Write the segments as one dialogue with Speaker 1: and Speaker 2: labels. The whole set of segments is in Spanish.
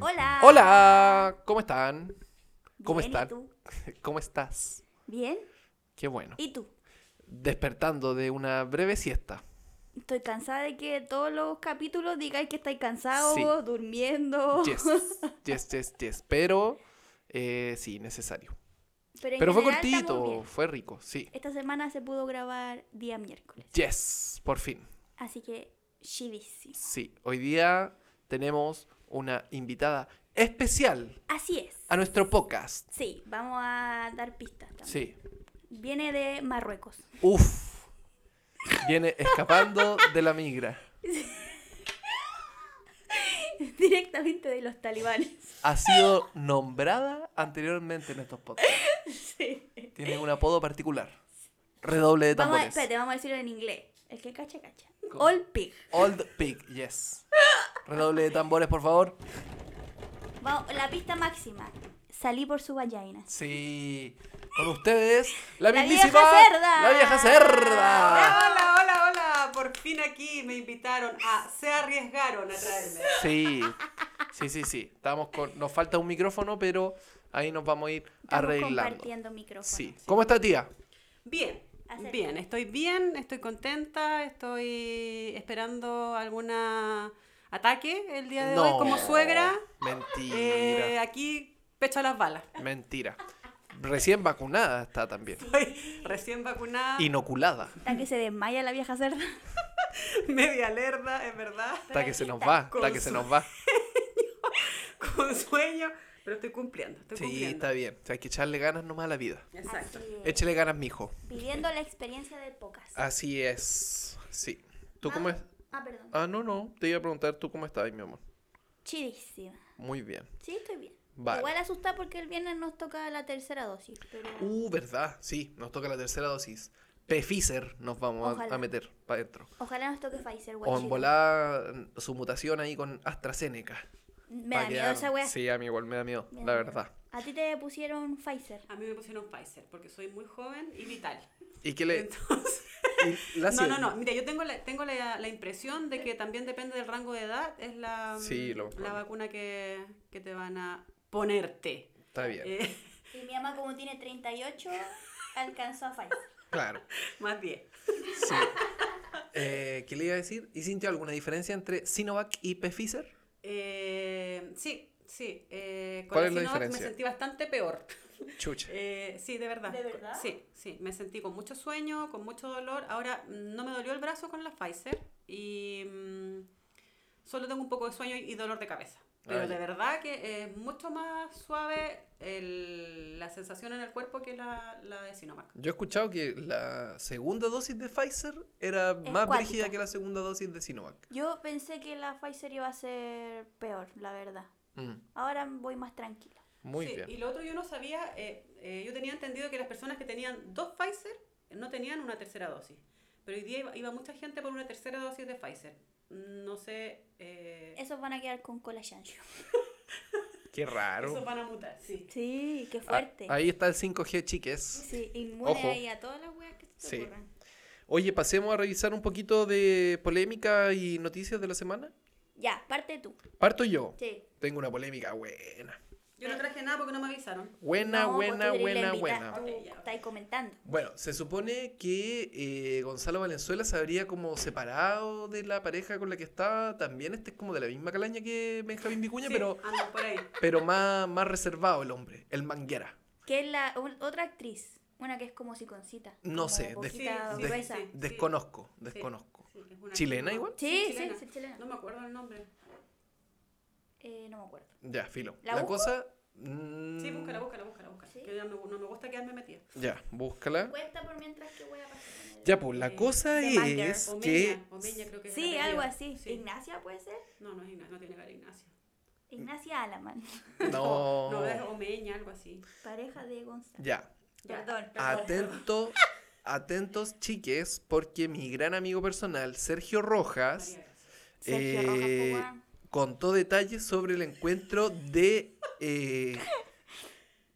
Speaker 1: Hola.
Speaker 2: Hola, ¿cómo están? ¿Cómo
Speaker 1: Bien, ¿y
Speaker 2: están?
Speaker 1: tú?
Speaker 2: ¿Cómo estás?
Speaker 1: Bien.
Speaker 2: Qué bueno.
Speaker 1: ¿Y tú?
Speaker 2: Despertando de una breve siesta.
Speaker 1: Estoy cansada de que todos los capítulos digáis que estáis cansados,
Speaker 2: Sí.
Speaker 1: durmiendo.
Speaker 2: Yes, yes, yes, yes. Pero eh, sí, necesario.
Speaker 1: Pero, en
Speaker 2: Pero fue
Speaker 1: general estamos
Speaker 2: cortito,
Speaker 1: bien.
Speaker 2: fue rico, sí.
Speaker 1: Esta semana se pudo grabar día miércoles.
Speaker 2: Yes, por fin.
Speaker 1: Así que, chivísimo.
Speaker 2: Sí, hoy día tenemos una invitada especial
Speaker 1: Así es.
Speaker 2: a nuestro podcast.
Speaker 1: Sí, vamos a dar pistas. también.
Speaker 2: Sí.
Speaker 1: Viene de Marruecos.
Speaker 2: Uf. Viene escapando de la migra.
Speaker 1: Directamente de los talibanes.
Speaker 2: Ha sido nombrada anteriormente en estos podcasts.
Speaker 1: Sí.
Speaker 2: Tiene un apodo particular. Redoble de
Speaker 1: Vamos a,
Speaker 2: tambores.
Speaker 1: espérate, vamos a decirlo en inglés. El que cacha, cacha.
Speaker 2: ¿Cómo?
Speaker 1: All pig.
Speaker 2: Old Pig, yes. Redoble de tambores, por favor.
Speaker 1: Vamos, la pista máxima. Salí por su vagina.
Speaker 2: Sí. Con ustedes, la,
Speaker 1: La vieja
Speaker 2: mismísima.
Speaker 1: cerda.
Speaker 2: La vieja cerda.
Speaker 3: Hola, hola, hola. Por fin aquí me invitaron a. Se arriesgaron a traerme.
Speaker 2: Sí. Sí, sí, sí. Estamos con. Nos falta un micrófono, pero ahí nos vamos a ir
Speaker 1: Estamos
Speaker 2: arreglando.
Speaker 1: compartiendo micrófono.
Speaker 2: Sí. ¿Cómo está, tía?
Speaker 3: Bien,
Speaker 1: Acércate.
Speaker 3: bien. Estoy bien, estoy contenta, estoy esperando alguna ataque el día de hoy como suegra.
Speaker 2: Mentira.
Speaker 3: Eh, aquí pecho a las balas.
Speaker 2: Mentira. Recién vacunada está también.
Speaker 3: Estoy recién vacunada,
Speaker 2: Inoculada.
Speaker 1: Hasta que se desmaya la vieja cerda.
Speaker 3: media lerda, es verdad,
Speaker 2: Está que se nos va, está que se nos va.
Speaker 3: con sueño, pero estoy cumpliendo, estoy
Speaker 2: Sí,
Speaker 3: cumpliendo.
Speaker 2: está bien. O sea, hay que echarle ganas nomás a la vida.
Speaker 3: Exacto.
Speaker 1: Así es.
Speaker 2: Échale ganas, mijo.
Speaker 1: Viviendo la experiencia de pocas.
Speaker 2: Así es. Sí. ¿Tú cómo es?
Speaker 1: Ah, perdón.
Speaker 2: Ah, no, no. Te iba a preguntar tú cómo estás, mi amor.
Speaker 1: Chidísima.
Speaker 2: Muy bien.
Speaker 1: Sí, estoy bien.
Speaker 2: Vale.
Speaker 1: Igual asustada porque el viernes nos toca la tercera dosis. Pero
Speaker 2: Uh, verdad. Sí, nos toca la tercera dosis. Pfizer nos vamos a,
Speaker 1: Ojalá.
Speaker 2: a meter para adentro.
Speaker 1: ojalá nos toque Pfizer.
Speaker 2: O en
Speaker 1: guachito.
Speaker 2: volada mm, su mutación ahí con AstraZeneca.
Speaker 1: Me
Speaker 2: Va
Speaker 1: da
Speaker 2: a
Speaker 1: miedo
Speaker 2: quedar-
Speaker 1: esa wea.
Speaker 2: Sí, a mí igual me da miedo,
Speaker 1: Me da
Speaker 2: la
Speaker 1: miedo.
Speaker 2: verdad.
Speaker 1: A ti te pusieron Pfizer.
Speaker 3: A mí me pusieron Pfizer porque soy muy joven y vital.
Speaker 2: ¿Y qué le...?
Speaker 3: Entonces...
Speaker 2: y la
Speaker 3: No, no,
Speaker 2: sien-
Speaker 3: no. Mira, yo tengo la, tengo la, la impresión de que también depende del rango de edad, es la,
Speaker 2: Sí, lo más
Speaker 3: la
Speaker 2: probable.
Speaker 3: vacuna que, que te van a ponerte.
Speaker 2: Está bien,
Speaker 3: Eh,
Speaker 1: Y mi mamá, como tiene 38, alcanzó a Pfizer.
Speaker 2: claro.
Speaker 3: más bien.
Speaker 2: Sí. Eh, ¿Qué le iba a decir? ¿Y sintió alguna diferencia entre Sinovac y Pfizer?
Speaker 3: Eh, sí, sí. eh, con
Speaker 2: ¿Cuál
Speaker 3: la
Speaker 2: es la
Speaker 3: Sinovac
Speaker 2: diferencia?
Speaker 3: Me sentí bastante peor.
Speaker 2: Chucha.
Speaker 3: Eh, sí, de verdad.
Speaker 1: ¿De verdad?
Speaker 3: Sí, sí. Me sentí con mucho sueño, con mucho dolor. Ahora mm, no me dolió el brazo con la Pfizer y mm, solo tengo un poco de sueño y dolor de cabeza. Pero
Speaker 2: Ah,
Speaker 3: de
Speaker 2: ya.
Speaker 3: verdad que es mucho más suave el- la sensación en el cuerpo que la, la de Sinovac.
Speaker 2: Yo he escuchado que la segunda dosis de Pfizer era más
Speaker 1: cuática.
Speaker 2: brígida que la segunda dosis de Sinovac.
Speaker 1: Yo pensé que la Pfizer iba a ser peor, la verdad.
Speaker 2: Mm,
Speaker 1: Ahora voy más tranquila.
Speaker 2: muy
Speaker 3: Sí,
Speaker 2: bien.
Speaker 3: Y lo otro yo no sabía, eh, eh, yo tenía entendido que las personas que tenían dos Pfizer no tenían una tercera dosis. Pero hoy día iba, iba mucha gente por una tercera dosis de Pfizer. No sé... eh,
Speaker 1: Esos van a quedar con cola chancho.
Speaker 2: Qué raro.
Speaker 3: Esos van a mutar, sí.
Speaker 1: Sí, qué
Speaker 2: Ah,
Speaker 1: fuerte.
Speaker 2: ahí está el 5G, chiques.
Speaker 1: Sí, inmune
Speaker 2: Ojo.
Speaker 1: ahí a todas las weas que se te
Speaker 2: Sí.
Speaker 1: ocurran.
Speaker 2: Oye, pasemos a revisar un poquito de polémica y noticias de la semana.
Speaker 1: Ya, parte tú.
Speaker 2: Parto yo.
Speaker 1: Sí.
Speaker 2: Tengo una polémica buena.
Speaker 3: Yo
Speaker 2: Ah.
Speaker 3: no traje nada porque no me avisaron.
Speaker 2: Buena,
Speaker 1: No, vos
Speaker 2: buena,
Speaker 1: tú eres la
Speaker 2: buena,
Speaker 1: invitada,
Speaker 2: buena.
Speaker 1: tú
Speaker 3: Ok, ya.
Speaker 1: Estáis comentando.
Speaker 2: Bueno, se supone que eh, Gonzalo Valenzuela se habría como separado de la pareja con la que estaba. También este es como de la misma calaña que Benjamín Vicuña,
Speaker 3: Sí,
Speaker 2: pero,
Speaker 3: andan por ahí.
Speaker 2: pero más, más reservado el hombre, el manguera.
Speaker 1: Que es la un- otra actriz, una que es como siconcita.
Speaker 2: No
Speaker 1: como
Speaker 2: sé, des-
Speaker 1: boquita
Speaker 2: sí, sí,
Speaker 1: gruesa.
Speaker 3: sí.
Speaker 2: Desconozco, desconozco.
Speaker 3: Sí, es
Speaker 2: ¿Chilena
Speaker 3: una chilena.
Speaker 2: igual?
Speaker 1: Sí, sí,
Speaker 3: chilena.
Speaker 1: sí, chilena.
Speaker 3: No me acuerdo el nombre.
Speaker 1: Eh, no me acuerdo.
Speaker 2: Ya, filo.
Speaker 1: ¿La
Speaker 2: La,
Speaker 1: busco?
Speaker 2: cosa.
Speaker 3: Sí,
Speaker 2: mm,
Speaker 3: búscala, búscala, búscala, búscala.
Speaker 1: ¿Sí?
Speaker 3: Que ya no, no me gusta quedarme metida.
Speaker 2: Ya, búscala.
Speaker 1: Cuenta por mientras que voy a pasar.
Speaker 2: Ya, pues la cosa
Speaker 1: The Man Girl.
Speaker 2: es que.
Speaker 3: eh, Omeña, Omeña creo que es el
Speaker 1: Sí,
Speaker 3: apellido.
Speaker 1: algo así.
Speaker 3: Sí.
Speaker 1: Ignacia puede ser.
Speaker 3: No, no es Ignacio, no tiene cara de Ignacio.
Speaker 1: Ignacia Alaman,
Speaker 2: No.
Speaker 3: No, es Omeña, algo así.
Speaker 1: pareja de Gonzalo.
Speaker 2: Ya.
Speaker 3: Ya.
Speaker 1: Perdón.
Speaker 2: Ah, Atento, atentos, chiques, porque mi gran amigo personal, Sergio Rojas,
Speaker 3: María Gracia.
Speaker 1: Sergio Rojas
Speaker 2: eh,
Speaker 1: Pugan.
Speaker 2: contó detalles sobre el encuentro de eh,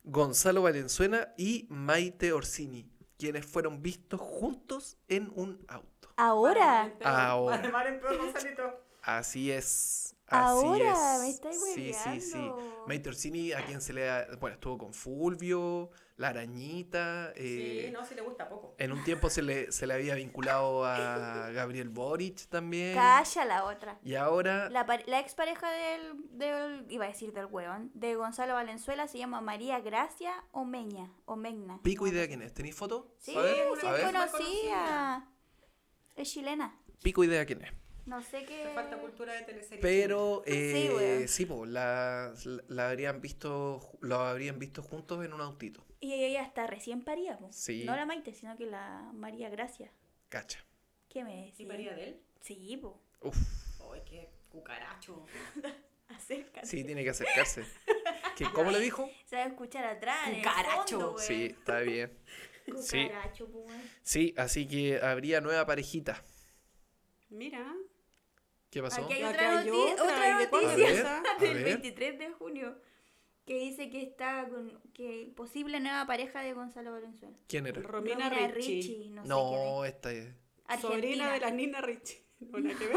Speaker 2: Gonzalo Valenzuela y Maite Orsini. quienes fueron vistos juntos en un auto.
Speaker 1: Ahora.
Speaker 2: Ahora.
Speaker 3: Además, en peor, Gonzalito.
Speaker 2: Así es. Así
Speaker 1: Ahora,
Speaker 2: es.
Speaker 1: me estáis
Speaker 2: Sí, sí, sí.
Speaker 1: hueveando.
Speaker 2: May Torsini, a quien se le ha- Bueno, estuvo con Fulvio, La Arañita. eh,
Speaker 3: Sí, no, si le gusta poco.
Speaker 2: En un tiempo se le, se le había vinculado a Gabriel Boric también.
Speaker 1: Calla la otra.
Speaker 2: Y ahora.
Speaker 1: La, pare- la expareja del, del. iba a decir del hueón. De Gonzalo Valenzuela se llama María Gracia Omeña. Omegna.
Speaker 2: Pico idea quién es. ¿Tenéis foto?
Speaker 1: Sí,
Speaker 2: A ver,
Speaker 1: sí
Speaker 2: a
Speaker 1: es
Speaker 2: ver.
Speaker 1: conocida. Es chilena.
Speaker 2: Pico idea quién es.
Speaker 1: No sé qué.
Speaker 3: Te falta cultura de teleserie.
Speaker 2: Pero
Speaker 1: Sí,
Speaker 2: eh,
Speaker 1: weón.
Speaker 2: sí, po, la, la habrían visto, ju- lo habrían visto juntos en un autito.
Speaker 1: Y ella está recién parida, po.
Speaker 2: Sí.
Speaker 1: No la Maite, sino que la María Gracia.
Speaker 2: Cacha.
Speaker 1: ¿Qué me
Speaker 3: ¿Sí
Speaker 1: decís?
Speaker 3: paría de él?
Speaker 1: Sí, po.
Speaker 2: Uf,
Speaker 3: Ay, qué cucaracho.
Speaker 1: Acércate.
Speaker 2: sí, tiene que acercarse. ¿Qué, ¿Cómo le dijo?
Speaker 1: Se va a escuchar atrás. en el
Speaker 3: Cucaracho.
Speaker 1: fondo, weón.
Speaker 2: Sí, está bien. Sí.
Speaker 1: Cucaracho, po, weón.
Speaker 2: Sí, así que habría nueva parejita.
Speaker 3: Mira.
Speaker 2: ¿Qué pasó?
Speaker 1: Aquí hay
Speaker 3: Aquí
Speaker 1: otra,
Speaker 3: hay
Speaker 1: noti-
Speaker 3: otra,
Speaker 1: otra
Speaker 3: ¿y de cuándo
Speaker 1: noticia
Speaker 2: empieza? A ver.
Speaker 1: del 23 de junio que dice que está con que posible nueva pareja de Gonzalo Valenzuela.
Speaker 2: ¿Quién era?
Speaker 3: Romina,
Speaker 1: Romina
Speaker 3: Ricci.
Speaker 1: no,
Speaker 2: No, esta es.
Speaker 1: sé qué de-
Speaker 3: Sobrina
Speaker 1: Argentina.
Speaker 3: de la Nina Ricci. No, nada que ver.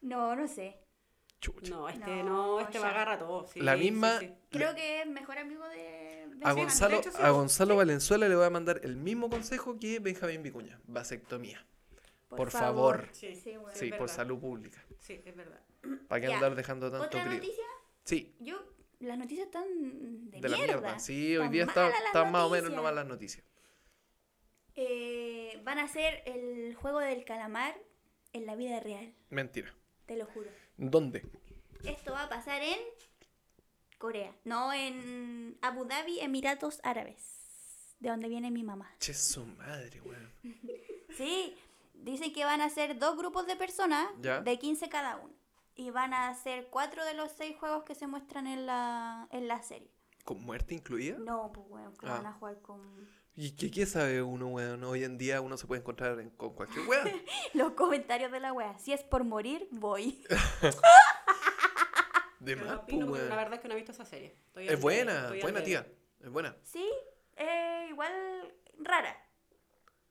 Speaker 1: No, no sé.
Speaker 2: Chucha.
Speaker 3: No, este no,
Speaker 1: No,
Speaker 3: este
Speaker 1: ya.
Speaker 3: va a agarrar a todos. sí,
Speaker 2: La
Speaker 3: sí,
Speaker 2: misma-
Speaker 3: sí.
Speaker 1: Creo que es mejor amigo de
Speaker 2: A
Speaker 1: Benjamin.
Speaker 2: Ah, Gonzalo,
Speaker 3: de hecho, sí.
Speaker 2: a Gonzalo Valenzuela le voy a mandar el mismo consejo que Benjamín Vicuña. Vasectomía. Por favor.
Speaker 3: Sí,
Speaker 1: Sí, bueno.
Speaker 2: Sí,
Speaker 3: es
Speaker 2: por
Speaker 3: verdad.
Speaker 2: salud pública.
Speaker 3: Sí, es verdad.
Speaker 2: ¿Para qué
Speaker 1: Ya.
Speaker 2: andar dejando tanto
Speaker 1: Otra
Speaker 2: crío?
Speaker 1: noticia,
Speaker 2: Sí,
Speaker 1: yo las noticias están de,
Speaker 2: de la
Speaker 1: mierda.
Speaker 2: mierda. Sí, hoy
Speaker 1: Tan
Speaker 2: día está,
Speaker 1: malas las
Speaker 2: está más o menos
Speaker 1: noticias.
Speaker 2: nomás las noticias.
Speaker 1: Eh, van a hacer el juego del calamar en la vida real,
Speaker 2: Mentira.
Speaker 1: te lo juro.
Speaker 2: ¿Dónde?
Speaker 1: Esto va a pasar en Corea, no en Abu Dhabi, Emiratos Árabes, de donde viene mi mamá.
Speaker 2: Che, su madre, weón.
Speaker 1: Sí, dicen que van a ser dos grupos de personas
Speaker 2: Ya.
Speaker 1: de 15 cada uno. Y van a hacer cuatro de los seis juegos que se muestran en la, en la serie.
Speaker 2: ¿Con muerte incluida?
Speaker 1: No, pues bueno, que
Speaker 2: Ah.
Speaker 1: van a jugar con
Speaker 2: ¿Y qué, qué sabe uno, weón? Hoy en día uno se puede encontrar en- con cualquier weón.
Speaker 1: los comentarios de la wea. Si es por morir, voy.
Speaker 2: De
Speaker 3: Yo
Speaker 2: más,
Speaker 3: no
Speaker 2: po,
Speaker 3: opino, porque
Speaker 2: weón.
Speaker 3: la verdad es que no he visto esa serie. Estoy al
Speaker 2: Es
Speaker 3: debe,
Speaker 2: buena,
Speaker 3: estoy al
Speaker 2: buena
Speaker 3: debe.
Speaker 2: tía. Es buena.
Speaker 1: Sí, eh, igual rara.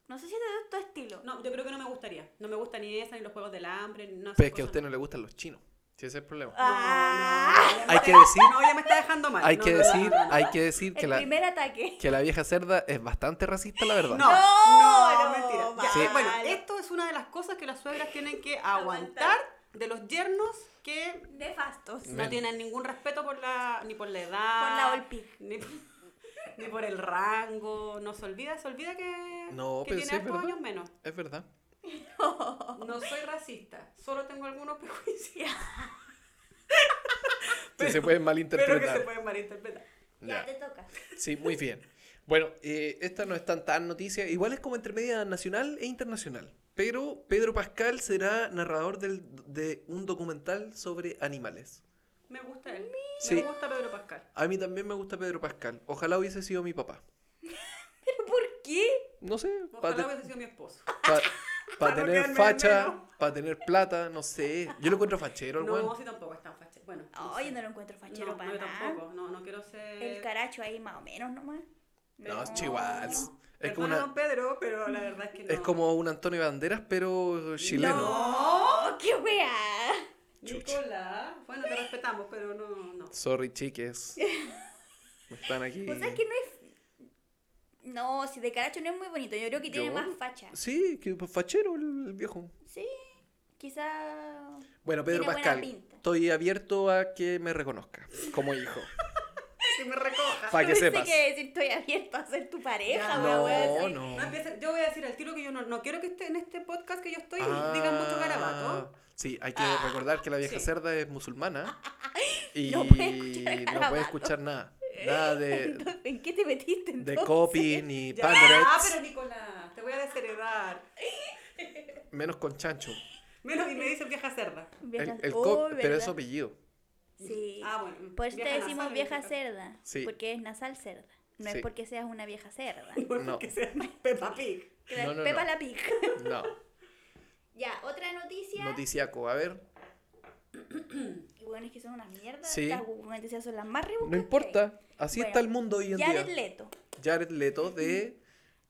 Speaker 1: No sé si es de tu estilo.
Speaker 3: No, yo creo que no me gustaría. No me gusta ni esa, ni los juegos del hambre, ni no,
Speaker 2: Pero
Speaker 3: esas
Speaker 2: Pues es que a
Speaker 3: cosas.
Speaker 2: usted no le gustan los chinos. Si ese es el problema.
Speaker 1: Ah.
Speaker 3: No, no, no, ya me
Speaker 2: Hay
Speaker 3: está-
Speaker 2: que decir-
Speaker 3: No, ya me está dejando mal.
Speaker 2: Hay
Speaker 3: No,
Speaker 2: que
Speaker 3: no, no,
Speaker 2: decir,
Speaker 3: no, no, no.
Speaker 2: hay que decir que
Speaker 1: El
Speaker 2: la,
Speaker 1: primer ataque.
Speaker 2: que la vieja cerda es bastante racista, la verdad.
Speaker 3: No,
Speaker 1: No,
Speaker 3: no,
Speaker 1: no,
Speaker 3: mentira. Ya,
Speaker 2: Sí.
Speaker 3: Bueno,
Speaker 1: vale.
Speaker 3: esto es una de las cosas que las suegras tienen que
Speaker 1: Aguantar.
Speaker 3: aguantar de los yernos que
Speaker 1: Nefastos.
Speaker 2: Me-
Speaker 3: no tienen ningún respeto por la ni por la edad,
Speaker 1: Por la Olpi.
Speaker 3: ni, ni por el rango. No se olvida, se olvida que,
Speaker 2: No,
Speaker 3: que
Speaker 2: pero
Speaker 3: tiene
Speaker 2: sí es
Speaker 3: hartos
Speaker 2: verdad.
Speaker 3: años menos.
Speaker 2: Es verdad.
Speaker 3: No soy racista, solo tengo algunos prejuicios
Speaker 2: que se pueden
Speaker 3: pero que se
Speaker 2: malinterpretar.
Speaker 3: pueden malinterpretar.
Speaker 1: Ya
Speaker 2: Ya.
Speaker 1: te toca.
Speaker 2: Sí, muy bien. Bueno, eh, estas no están tan noticias. Igual es como entre media nacional e internacional. Pero Pedro Pascal será narrador del- de un documental sobre animales.
Speaker 3: Me gusta él.
Speaker 2: Sí.
Speaker 3: Me gusta Pedro Pascal.
Speaker 2: A mí también me gusta Pedro Pascal. Ojalá hubiese sido mi papá.
Speaker 1: ¿Pero por qué?
Speaker 2: No sé, para
Speaker 3: Ojalá hubiese sido mi esposo. Para no
Speaker 2: tener
Speaker 3: quedarme en
Speaker 2: facha,
Speaker 3: menos.
Speaker 2: para tener plata, no sé. Yo lo encuentro fachero, el
Speaker 3: No,
Speaker 2: weón.
Speaker 3: sí tampoco es tan fachero. Bueno, no
Speaker 1: Ay,
Speaker 3: sé.
Speaker 1: no lo encuentro fachero
Speaker 3: no,
Speaker 1: para
Speaker 3: no, yo
Speaker 1: nada.
Speaker 3: tampoco. No, no quiero ser.
Speaker 1: El caracho ahí más o menos nomás.
Speaker 2: No, es chihuahua. Es
Speaker 3: Perdona,
Speaker 2: como una-
Speaker 3: don Pedro, pero la verdad es que no.
Speaker 2: Es como un Antonio Banderas, pero chileno.
Speaker 1: ¡No! ¡Qué weá!
Speaker 2: Chucha.
Speaker 3: Nicolás, bueno, te respetamos, pero no, no. Pues
Speaker 2: Sorry, chiques. Están aquí.
Speaker 1: O sea, es que no es... No, si de caracho no es muy bonito. Yo creo que tiene
Speaker 2: Yo-
Speaker 1: más facha.
Speaker 2: Sí, que pues, fachero el el viejo.
Speaker 1: Sí, quizá...
Speaker 2: Bueno, Pedro
Speaker 1: Tiene buena
Speaker 2: Pascal,
Speaker 1: pinta.
Speaker 2: estoy abierto a que me reconozca como hijo.
Speaker 3: Que me recoja.
Speaker 2: Para que
Speaker 1: Pensé
Speaker 2: sepas.
Speaker 1: Ah, que decir estoy abierto a ser tu pareja,
Speaker 3: Ya,
Speaker 1: weá,
Speaker 2: No,
Speaker 1: weá,
Speaker 3: weón,
Speaker 1: sí.
Speaker 2: no.
Speaker 3: No empieces- yo voy a decir al tiro que yo no, no quiero que esté en este podcast que yo estoy
Speaker 2: Ah,
Speaker 3: digan mucho garabato.
Speaker 2: Sí, hay que recordar que la vieja
Speaker 3: Sí.
Speaker 2: cerda es musulmana y
Speaker 1: No puede escuchar
Speaker 2: no
Speaker 1: garabato.
Speaker 2: puede escuchar nada. Nada de,
Speaker 1: Entonces, ¿En qué te metiste
Speaker 2: de
Speaker 1: entonces?
Speaker 2: copy ni
Speaker 3: Ya, ah, pero
Speaker 2: panderets,
Speaker 3: Nicolás, te voy a desheredar.
Speaker 2: menos con chancho.
Speaker 3: Menos y me dice vieja cerda.
Speaker 2: El,
Speaker 1: Vieja-
Speaker 2: el
Speaker 1: Oh,
Speaker 2: cop- pero
Speaker 1: ¿verdad?
Speaker 2: es su apellido.
Speaker 1: Sí.
Speaker 3: Ah, bueno.
Speaker 1: Por eso te
Speaker 3: vieja
Speaker 1: decimos
Speaker 3: nasal, este
Speaker 1: vieja
Speaker 3: cerda.
Speaker 1: cerda.
Speaker 2: Sí.
Speaker 1: Porque es nasal cerda. No
Speaker 2: Sí.
Speaker 1: es porque seas una vieja cerda.
Speaker 2: No.
Speaker 3: Que sea Peppa Pig.
Speaker 2: No, no,
Speaker 1: Pepa
Speaker 2: no.
Speaker 1: la pica.
Speaker 2: No,
Speaker 1: Ya, otra noticia.
Speaker 2: noticiaco. A ver,
Speaker 1: Y bueno, es que son unas mierdas.
Speaker 2: Sí.
Speaker 1: Las noticias son las más rebuscadas.
Speaker 2: no importa. Así
Speaker 1: Bueno,
Speaker 2: está el mundo hoy en
Speaker 1: Ya del
Speaker 2: día.
Speaker 1: leto.
Speaker 2: Jared Leto de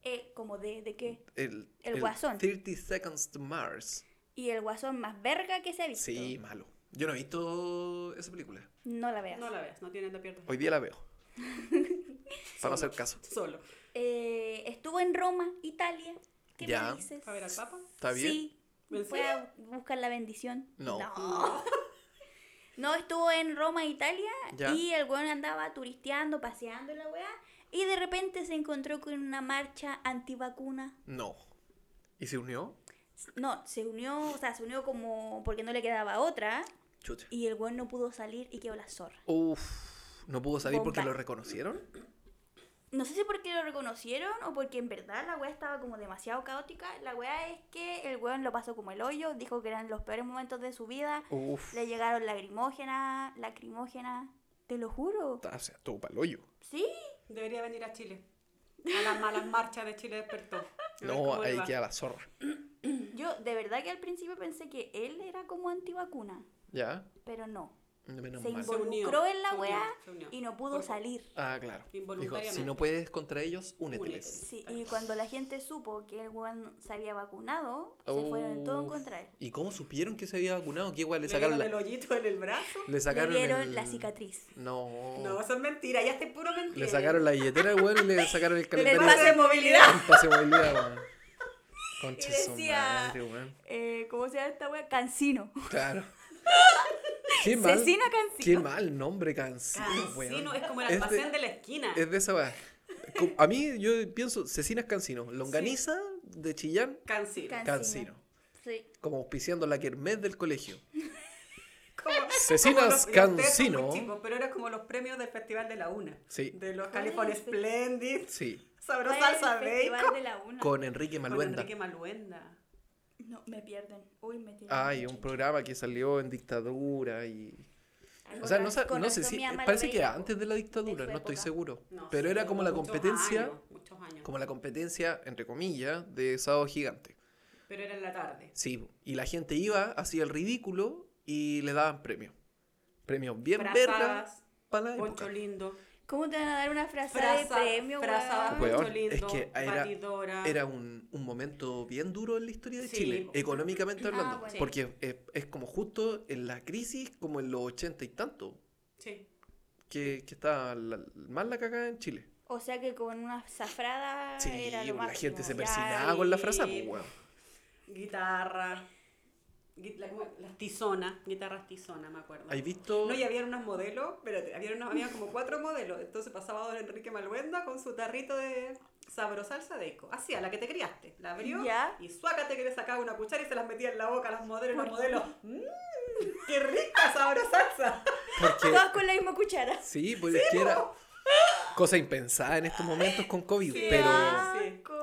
Speaker 1: Eh, como de, de qué.
Speaker 2: el,
Speaker 1: El Guasón.
Speaker 2: 30 Seconds to Mars.
Speaker 1: Y el guasón más verga que se ha visto.
Speaker 2: Sí, malo. Yo no he visto esa película.
Speaker 1: No la veas.
Speaker 3: No la veas, no tienes la pierdas.
Speaker 2: Hoy día la veo. Para no hacer caso.
Speaker 3: Solo.
Speaker 1: Eh, estuvo en Roma, Italia. ¿Qué
Speaker 2: Ya.
Speaker 1: me dices?
Speaker 3: ¿Para ver al Papa?
Speaker 2: ¿Está bien?
Speaker 1: Sí.
Speaker 3: ¿En
Speaker 1: Fue
Speaker 3: serio?
Speaker 1: a buscar la bendición.
Speaker 2: No.
Speaker 1: No. No, estuvo en Roma, Italia.
Speaker 2: Ya.
Speaker 1: Y el weón andaba turisteando, paseando en la weá. Y de repente se encontró con una marcha antivacuna.
Speaker 2: No. ¿Y se unió?
Speaker 1: No, se unió, o sea, se unió como porque no le quedaba otra.
Speaker 2: Chucha.
Speaker 1: Y el weón no pudo salir y quedó la zorra.
Speaker 2: Uf. No pudo salir porque
Speaker 1: Bomba.
Speaker 2: lo reconocieron.
Speaker 1: No sé si porque lo reconocieron o porque en verdad la weá estaba como demasiado caótica. La weá es que el weón lo pasó como el hoyo, dijo que eran los peores momentos de su vida.
Speaker 2: Uf.
Speaker 1: Le llegaron lagrimógenas, lacrimógenas. Te lo juro.
Speaker 2: O sea, todo para el hoyo.
Speaker 1: Sí.
Speaker 3: Debería venir a Chile. A las malas marchas de Chile despertó. A ver
Speaker 2: No,
Speaker 3: cómo le
Speaker 2: ahí
Speaker 3: va.
Speaker 2: queda la zorra.
Speaker 1: Yo de verdad que al principio pensé que él era como antivacuna,
Speaker 2: Ya.
Speaker 1: pero no.
Speaker 2: Menos
Speaker 1: se
Speaker 2: mal.
Speaker 3: invol-
Speaker 1: involucró en la
Speaker 3: se unió,
Speaker 1: weá
Speaker 3: se unió.
Speaker 1: y no pudo
Speaker 3: Por-
Speaker 1: salir.
Speaker 2: Ah, claro. Dijo,
Speaker 3: Involuntariamente.
Speaker 2: si no puedes contra ellos, úneteles.
Speaker 3: Úneteles.
Speaker 1: Sí, y cuando la gente supo que el weón se había vacunado,
Speaker 2: Oh.
Speaker 1: se fueron todos en
Speaker 2: Uf.
Speaker 1: contra de él.
Speaker 2: ¿Y cómo supieron que se había vacunado? ¿Qué igual le
Speaker 3: Le
Speaker 2: sacaron
Speaker 3: vieron
Speaker 2: la...
Speaker 3: el hoyito en el brazo.
Speaker 2: Le sacaron
Speaker 1: Le dieron
Speaker 2: el-
Speaker 1: la cicatriz.
Speaker 2: No.
Speaker 3: No, eso es mentira, ya es puro mentira.
Speaker 2: Le sacaron la billetera al weón y le sacaron el
Speaker 1: El
Speaker 2: calendario.
Speaker 1: pase de movilidad.
Speaker 2: El pase de movilidad, weón. Concha
Speaker 1: Y
Speaker 2: de su
Speaker 1: decía-
Speaker 2: madre, weón.
Speaker 1: Eh, ¿Cómo se llama esta wea? Cancino.
Speaker 2: Claro. Qué mal.
Speaker 1: Cecina
Speaker 2: Qué
Speaker 1: Cancino.
Speaker 2: mal nombre, Cancino, pues, weón.
Speaker 3: Cancino Ah, es como el
Speaker 2: Es de-
Speaker 3: almacén de... la esquina.
Speaker 2: Es de esa weá. Com- A mí, yo pienso, Cecina es Cancino. Longaniza de Chillán,
Speaker 3: Cancino.
Speaker 1: Can- Cancino.
Speaker 2: Cancino.
Speaker 1: Sí.
Speaker 2: Como auspiciando la Kermés del colegio.
Speaker 3: Como- como los-
Speaker 2: Cecinas
Speaker 3: ustedes son muy
Speaker 2: Cancino.
Speaker 3: chicos, pero era como los premios del Festival de la Una.
Speaker 2: Sí.
Speaker 3: De los
Speaker 1: ¿Cuál
Speaker 3: California
Speaker 1: es el-
Speaker 3: Splendid.
Speaker 2: Sí.
Speaker 3: Sabrosa
Speaker 1: Fue Ah, el
Speaker 3: salsa
Speaker 1: Festival
Speaker 3: bacon.
Speaker 1: de la una.
Speaker 2: Con Enrique
Speaker 3: Con
Speaker 2: Maluenda.
Speaker 3: Enrique Maluenda.
Speaker 1: No, me pierden. Uy, me tienen.
Speaker 2: Ay, un programa que salió en dictadura y O sea, no, sa-
Speaker 1: Con
Speaker 2: no
Speaker 1: razón
Speaker 2: sé si.
Speaker 1: mi mamá lo
Speaker 2: Parece que
Speaker 1: veía,
Speaker 2: antes de la dictadura,
Speaker 1: de su
Speaker 2: no estoy
Speaker 1: época.
Speaker 2: seguro.
Speaker 3: No,
Speaker 2: pero
Speaker 3: sí,
Speaker 2: era como la
Speaker 3: muchos
Speaker 2: competencia,
Speaker 3: años, muchos años.
Speaker 2: como la competencia, entre comillas, de Sábado Gigante.
Speaker 3: Pero era en la tarde.
Speaker 2: Sí, y la gente iba, hacía el ridículo y le daban premios. Premios bien vergas
Speaker 3: Brazadas,
Speaker 2: para la época.
Speaker 3: poncho lindo.
Speaker 1: ¿Cómo te van a dar una frase
Speaker 3: Fraza-
Speaker 1: de premio,
Speaker 3: frazada,
Speaker 1: weón?
Speaker 2: Weón,
Speaker 3: poncho lindo,
Speaker 2: es que era-
Speaker 3: batidora.
Speaker 2: Era un, un momento bien duro en la historia de
Speaker 3: Sí,
Speaker 2: Chile,
Speaker 3: po.
Speaker 2: económicamente
Speaker 1: Ah,
Speaker 2: hablando.
Speaker 1: bueno.
Speaker 2: Porque es, es como justo en la crisis, como en los ochenta y tanto,
Speaker 3: Sí.
Speaker 2: que, que estaba la- mal la cagada en Chile.
Speaker 1: O sea que con una zafrada
Speaker 2: Sí,
Speaker 1: Ah, era lo
Speaker 2: la
Speaker 1: máximo.
Speaker 2: gente se
Speaker 1: Ya,
Speaker 2: persinaba con la frase,
Speaker 3: y-
Speaker 2: pues, weón.
Speaker 3: Guitarra. gui- la- ¿cómo? Las tizonas, guitarras tizonas, me acuerdo.
Speaker 2: ¿Has visto?
Speaker 3: No, y había unos modelos, espérate, había, unos- había como cuatro modelos. Entonces pasaba don Enrique Maluenda con su tarrito de sabrosalsa de eco. Así, a la que te criaste. La abrió
Speaker 1: Ya.
Speaker 3: y suácate que le sacaba una cuchara y se las metía en la boca a las modelos. Los
Speaker 1: ¿Por
Speaker 3: modelos, ¡mmm! ¡Qué rica sabrosalsa!
Speaker 2: Porque,
Speaker 1: Todas con la misma cuchara.
Speaker 2: sí, pues es que era cosa impensada en estos momentos con COVID,
Speaker 3: Sí,
Speaker 2: pero,
Speaker 3: ah.
Speaker 1: Asco.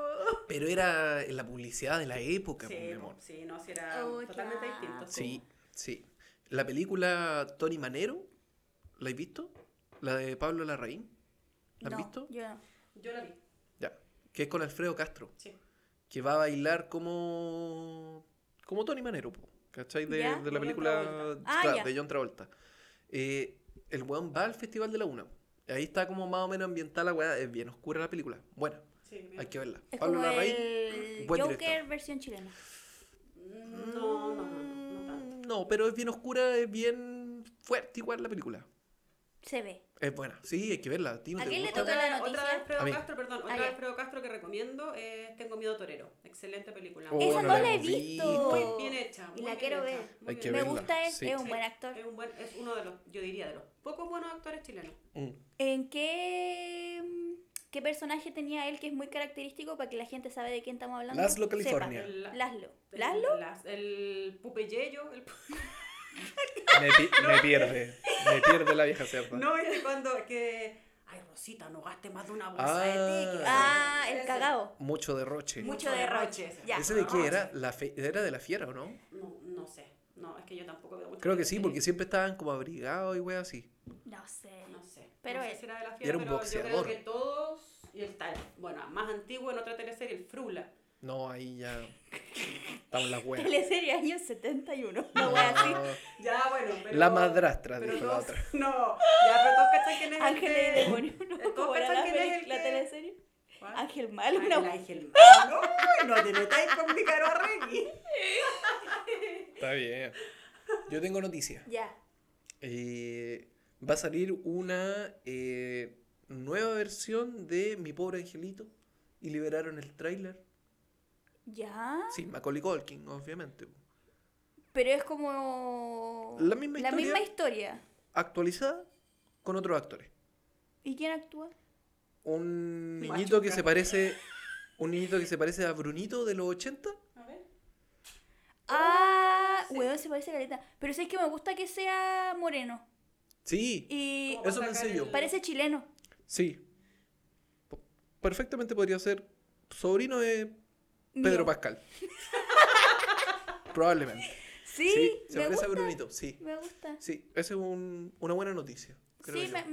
Speaker 2: pero era la publicidad de la época, pues, mi
Speaker 3: Sí,
Speaker 2: amor.
Speaker 3: sí, no, sí, era
Speaker 1: Oh,
Speaker 3: totalmente
Speaker 1: claro.
Speaker 3: distinto.
Speaker 2: Sí, sí. La película Tony Manero, ¿la has visto? La de Pablo Larraín, ¿la has
Speaker 1: No,
Speaker 2: visto?
Speaker 1: Yo no.
Speaker 3: Yo la vi,
Speaker 2: Ya, que es con Alfredo Castro,
Speaker 3: sí.
Speaker 2: que va a bailar como, como Tony Manero, po, ¿cachai? De,
Speaker 1: Ya,
Speaker 2: de la
Speaker 3: John
Speaker 2: película
Speaker 3: Travolta.
Speaker 1: Ah,
Speaker 2: claro,
Speaker 1: ya.
Speaker 2: de John Travolta. Eh, el weón va al Festival de la Una. Ahí está como más o menos ambientada la weá, es bien oscura la película. Buena.
Speaker 3: sí bien.
Speaker 2: Hay que verla.
Speaker 1: Es
Speaker 2: Pablo
Speaker 1: como
Speaker 2: Larraín.
Speaker 1: el
Speaker 2: buen
Speaker 1: Joker
Speaker 2: director.
Speaker 1: versión chilena.
Speaker 3: Mm, No, no, no, no, no tanto.
Speaker 2: Mm, No, pero es bien oscura, es bien fuerte igual la película.
Speaker 1: Se ve.
Speaker 2: Es buena, sí, hay que verla. ¿A ti no
Speaker 1: ¿A
Speaker 2: te
Speaker 1: quién le
Speaker 2: gusta?
Speaker 1: toca la
Speaker 3: Otra, otra de
Speaker 1: noticia?
Speaker 2: A
Speaker 3: Alfredo
Speaker 2: mí.
Speaker 3: Castro, perdón, otra
Speaker 1: Ah,
Speaker 3: de
Speaker 1: ya.
Speaker 3: Alfredo Castro que recomiendo es Tengo Miedo Torero. Excelente película.
Speaker 2: Oh,
Speaker 1: Esa
Speaker 2: no
Speaker 1: no,
Speaker 2: la
Speaker 1: la he
Speaker 2: hemos
Speaker 1: visto.
Speaker 2: visto.
Speaker 3: Bien hecha.
Speaker 1: Y
Speaker 3: muy
Speaker 1: la
Speaker 3: bien
Speaker 1: quiero
Speaker 3: hecha,
Speaker 1: ver.
Speaker 3: muy
Speaker 2: Hay que
Speaker 3: bien
Speaker 1: Me
Speaker 3: hecha.
Speaker 2: verla,
Speaker 1: gusta, es,
Speaker 2: sí.
Speaker 1: es un
Speaker 3: Sí,
Speaker 1: buen actor.
Speaker 3: Es, un buen- es uno de los, yo diría, de los pocos buenos actores chilenos.
Speaker 2: Mm.
Speaker 1: ¿En qué, mm, qué personaje tenía él que es muy característico para que la gente sabe de quién estamos hablando?
Speaker 2: Laszlo California.
Speaker 1: Sepa.
Speaker 3: El-
Speaker 1: Laszlo.
Speaker 3: el-
Speaker 1: ¿Laszlo?
Speaker 3: las- el Pupeyello. El,
Speaker 2: Me, pi- me pierde, me pierde la vieja cerda.
Speaker 3: no, es que cuando. Que, Ay, Rosita, no gaste más de una bolsa
Speaker 2: Ah.
Speaker 3: de tickets.
Speaker 1: Ah, el
Speaker 3: Ese.
Speaker 1: cagao.
Speaker 2: Mucho derroche.
Speaker 1: Mucho
Speaker 3: Mucho
Speaker 1: derroche.
Speaker 3: derroche.
Speaker 1: Ya.
Speaker 2: ¿Ese de qué era? La fe- ¿Era de la fiera o no?
Speaker 3: No, no sé. No, es que yo tampoco veo mucho
Speaker 2: Creo que sí,
Speaker 3: tele.
Speaker 2: porque siempre estaban como abrigados y weas así.
Speaker 1: No sé.
Speaker 3: No sé.
Speaker 1: Pero
Speaker 3: no sé
Speaker 1: él-
Speaker 3: si era de la
Speaker 2: Y era
Speaker 3: fiera,
Speaker 2: un
Speaker 3: pero yo creo
Speaker 2: boxeador.
Speaker 3: que todos. Y el tal. Bueno, más antiguo en otra teleserie, el Frula.
Speaker 2: No, ahí ya. Estamos las weas.
Speaker 1: Teleserie años 71. Una wea así.
Speaker 3: Ya, bueno, pero...
Speaker 2: La madrastra,
Speaker 3: pero
Speaker 2: dijo la
Speaker 3: todos-
Speaker 2: otra.
Speaker 3: No, ya, pero todos cachan quién es el
Speaker 1: Ángeles
Speaker 3: que-
Speaker 1: y demonios. ¿no?
Speaker 3: ¿Todos
Speaker 1: ¿Cómo era
Speaker 3: cachan
Speaker 1: la,
Speaker 3: quién es
Speaker 1: peli-
Speaker 3: el
Speaker 1: la
Speaker 3: que-
Speaker 1: teleserie?
Speaker 3: ¿Cuál?
Speaker 1: Ángel Malo, una
Speaker 3: el
Speaker 1: wea.
Speaker 3: ángel malo. Uy, No te metáis con mi caro Remy.
Speaker 2: Está bien. Yo tengo noticias.
Speaker 1: Ya.
Speaker 2: Eh, va a salir una eh, nueva versión de Mi Pobre Angelito y liberaron el tráiler.
Speaker 1: Ya.
Speaker 2: Sí, Macaulay Culkin, obviamente.
Speaker 1: Pero es como.
Speaker 2: La misma
Speaker 1: La misma
Speaker 2: historia.
Speaker 1: historia.
Speaker 2: Actualizada con otros actores.
Speaker 1: ¿Y quién actúa?
Speaker 2: Un
Speaker 3: Machuca.
Speaker 2: niñito que se parece un niñito que se parece a Brunito de los 80.
Speaker 3: A ver.
Speaker 1: Ah,
Speaker 3: sí.
Speaker 1: weón, se parece a Caleta. Pero sé que me gusta que sea moreno.
Speaker 2: Sí,
Speaker 1: Y
Speaker 3: ¿Cómo?
Speaker 2: eso
Speaker 3: sacar
Speaker 2: pensé
Speaker 3: el-
Speaker 2: yo.
Speaker 1: parece chileno.
Speaker 2: Sí. P- Perfectamente podría ser sobrino de Pedro
Speaker 1: Mío.
Speaker 2: Pascal. Probablemente.
Speaker 1: Sí,
Speaker 2: se
Speaker 1: me,
Speaker 2: parece
Speaker 1: gusta,
Speaker 2: a Brunito, sí.
Speaker 1: me gusta.
Speaker 2: Sí, esa es un- una buena noticia. creo
Speaker 1: Sí,
Speaker 2: yo.
Speaker 1: me,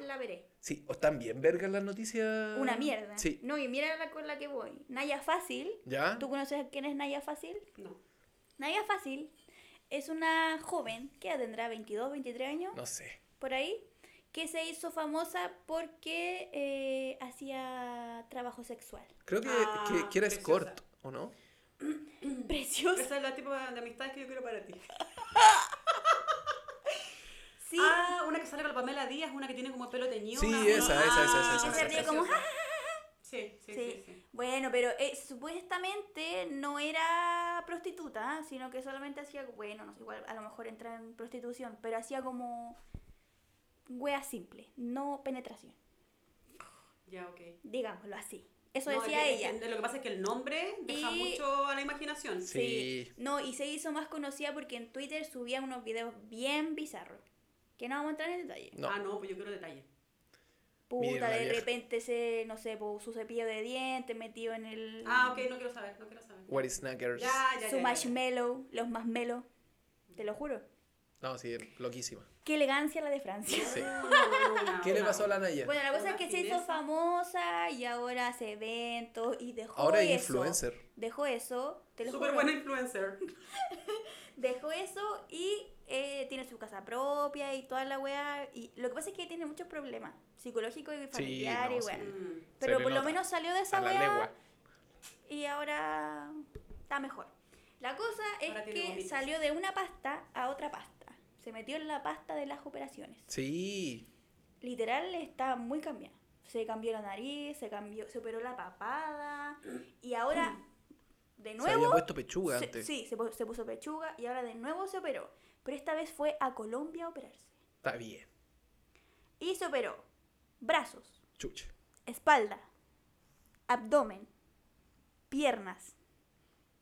Speaker 1: me la veré.
Speaker 2: Sí, o también vergas las noticias.
Speaker 3: Ah,
Speaker 1: Una mierda.
Speaker 2: Sí. Ah.
Speaker 1: No, y mira la con la que voy. Naya Fácil.
Speaker 2: ¿Ya?
Speaker 1: ¿Tú conoces a quién es Naya Fácil?
Speaker 3: No.
Speaker 1: Naya Fácil es una joven que ya tendrá 22, 23 años,
Speaker 2: No sé.
Speaker 1: por ahí, que se hizo famosa porque eh, hacía trabajo sexual.
Speaker 2: Creo que,
Speaker 3: Ah,
Speaker 2: que, que era
Speaker 3: preciosa.
Speaker 2: escort, ¿o no?
Speaker 3: Mm.
Speaker 1: Precioso.
Speaker 3: Esa es la tipo de amistad que yo quiero para ti.
Speaker 1: Sí.
Speaker 3: Ah, una que sale con la Pamela Díaz, una que tiene como pelo teñido.
Speaker 2: Sí,
Speaker 3: una-
Speaker 2: esa,
Speaker 3: una-
Speaker 2: esa, esa,
Speaker 3: Ah,
Speaker 2: esa,
Speaker 1: esa, esa,
Speaker 3: preciosa.
Speaker 1: como,
Speaker 3: Sí,
Speaker 1: Sí.
Speaker 3: sí, sí, sí.
Speaker 1: Bueno, pero eh, supuestamente no era prostituta, ¿ah? sino que solamente hacía, bueno, no sé, igual a lo mejor entra en prostitución, pero hacía como wea simple, no penetración,
Speaker 3: Ya, ok.
Speaker 1: digámoslo así. Eso
Speaker 3: No,
Speaker 1: decía
Speaker 3: es que-
Speaker 1: ella.
Speaker 3: es que Lo que pasa es que el nombre deja
Speaker 1: Y-
Speaker 3: mucho a la imaginación.
Speaker 2: Sí.
Speaker 1: Sí. No, y se hizo más conocida porque en Twitter subía unos videos bien bizarros. Que no vamos a entrar en detalle.
Speaker 2: No.
Speaker 3: Ah, no, pues yo quiero detalles.
Speaker 2: Miren
Speaker 1: Puta,
Speaker 2: la
Speaker 1: de
Speaker 2: vieja.
Speaker 1: repente se, no sé, po, su cepillo de dientes metido en el.
Speaker 3: Ah, ok, no quiero saber, no quiero saber.
Speaker 2: What is Snackers.
Speaker 3: Ya, ya, ya.
Speaker 1: Su
Speaker 3: ya, ya.
Speaker 1: marshmallow, los marshmallow. Te lo juro.
Speaker 2: No, sí, loquísima.
Speaker 1: Qué elegancia la de Francia.
Speaker 2: Sí.
Speaker 3: No, no, no, no,
Speaker 2: ¿Qué le
Speaker 3: no.
Speaker 2: pasó a la Naya?
Speaker 1: Ah, Bueno, la cosa es
Speaker 3: Una
Speaker 1: que se hizo
Speaker 3: fineza.
Speaker 1: famosa y ahora hace eventos y dejó
Speaker 2: Ahora es
Speaker 1: eso.
Speaker 2: influencer.
Speaker 1: Dejó eso, te lo
Speaker 3: Súper
Speaker 1: juro.
Speaker 3: buena influencer.
Speaker 1: Dejó eso y eh, tiene su casa propia y toda la weá. Y lo que pasa es que tiene muchos problemas psicológicos y familiares y
Speaker 2: no,
Speaker 1: weá.
Speaker 2: sí.
Speaker 3: Mm.
Speaker 1: Pero
Speaker 2: le
Speaker 1: por lo
Speaker 2: nota.
Speaker 1: menos salió de esa
Speaker 2: A la
Speaker 1: weá
Speaker 2: legua.
Speaker 1: y ahora está mejor. La cosa
Speaker 3: Ahora
Speaker 1: es
Speaker 3: tiene
Speaker 1: que
Speaker 3: gomitas.
Speaker 1: salió de una pasta a otra pasta. Se metió en la pasta de las operaciones.
Speaker 2: Sí.
Speaker 1: literal está muy cambiada. Se cambió la nariz, se cambió, se operó la papada y ahora de
Speaker 2: Se había
Speaker 1: nuevo
Speaker 2: puesto pechuga
Speaker 1: se-
Speaker 2: antes.
Speaker 1: sí, se, pu- se puso pechuga y ahora de nuevo se operó, pero esta vez fue a Colombia a operarse.
Speaker 2: Está bien.
Speaker 1: Y se operó brazos,
Speaker 2: Chucha.
Speaker 1: espalda, abdomen, piernas,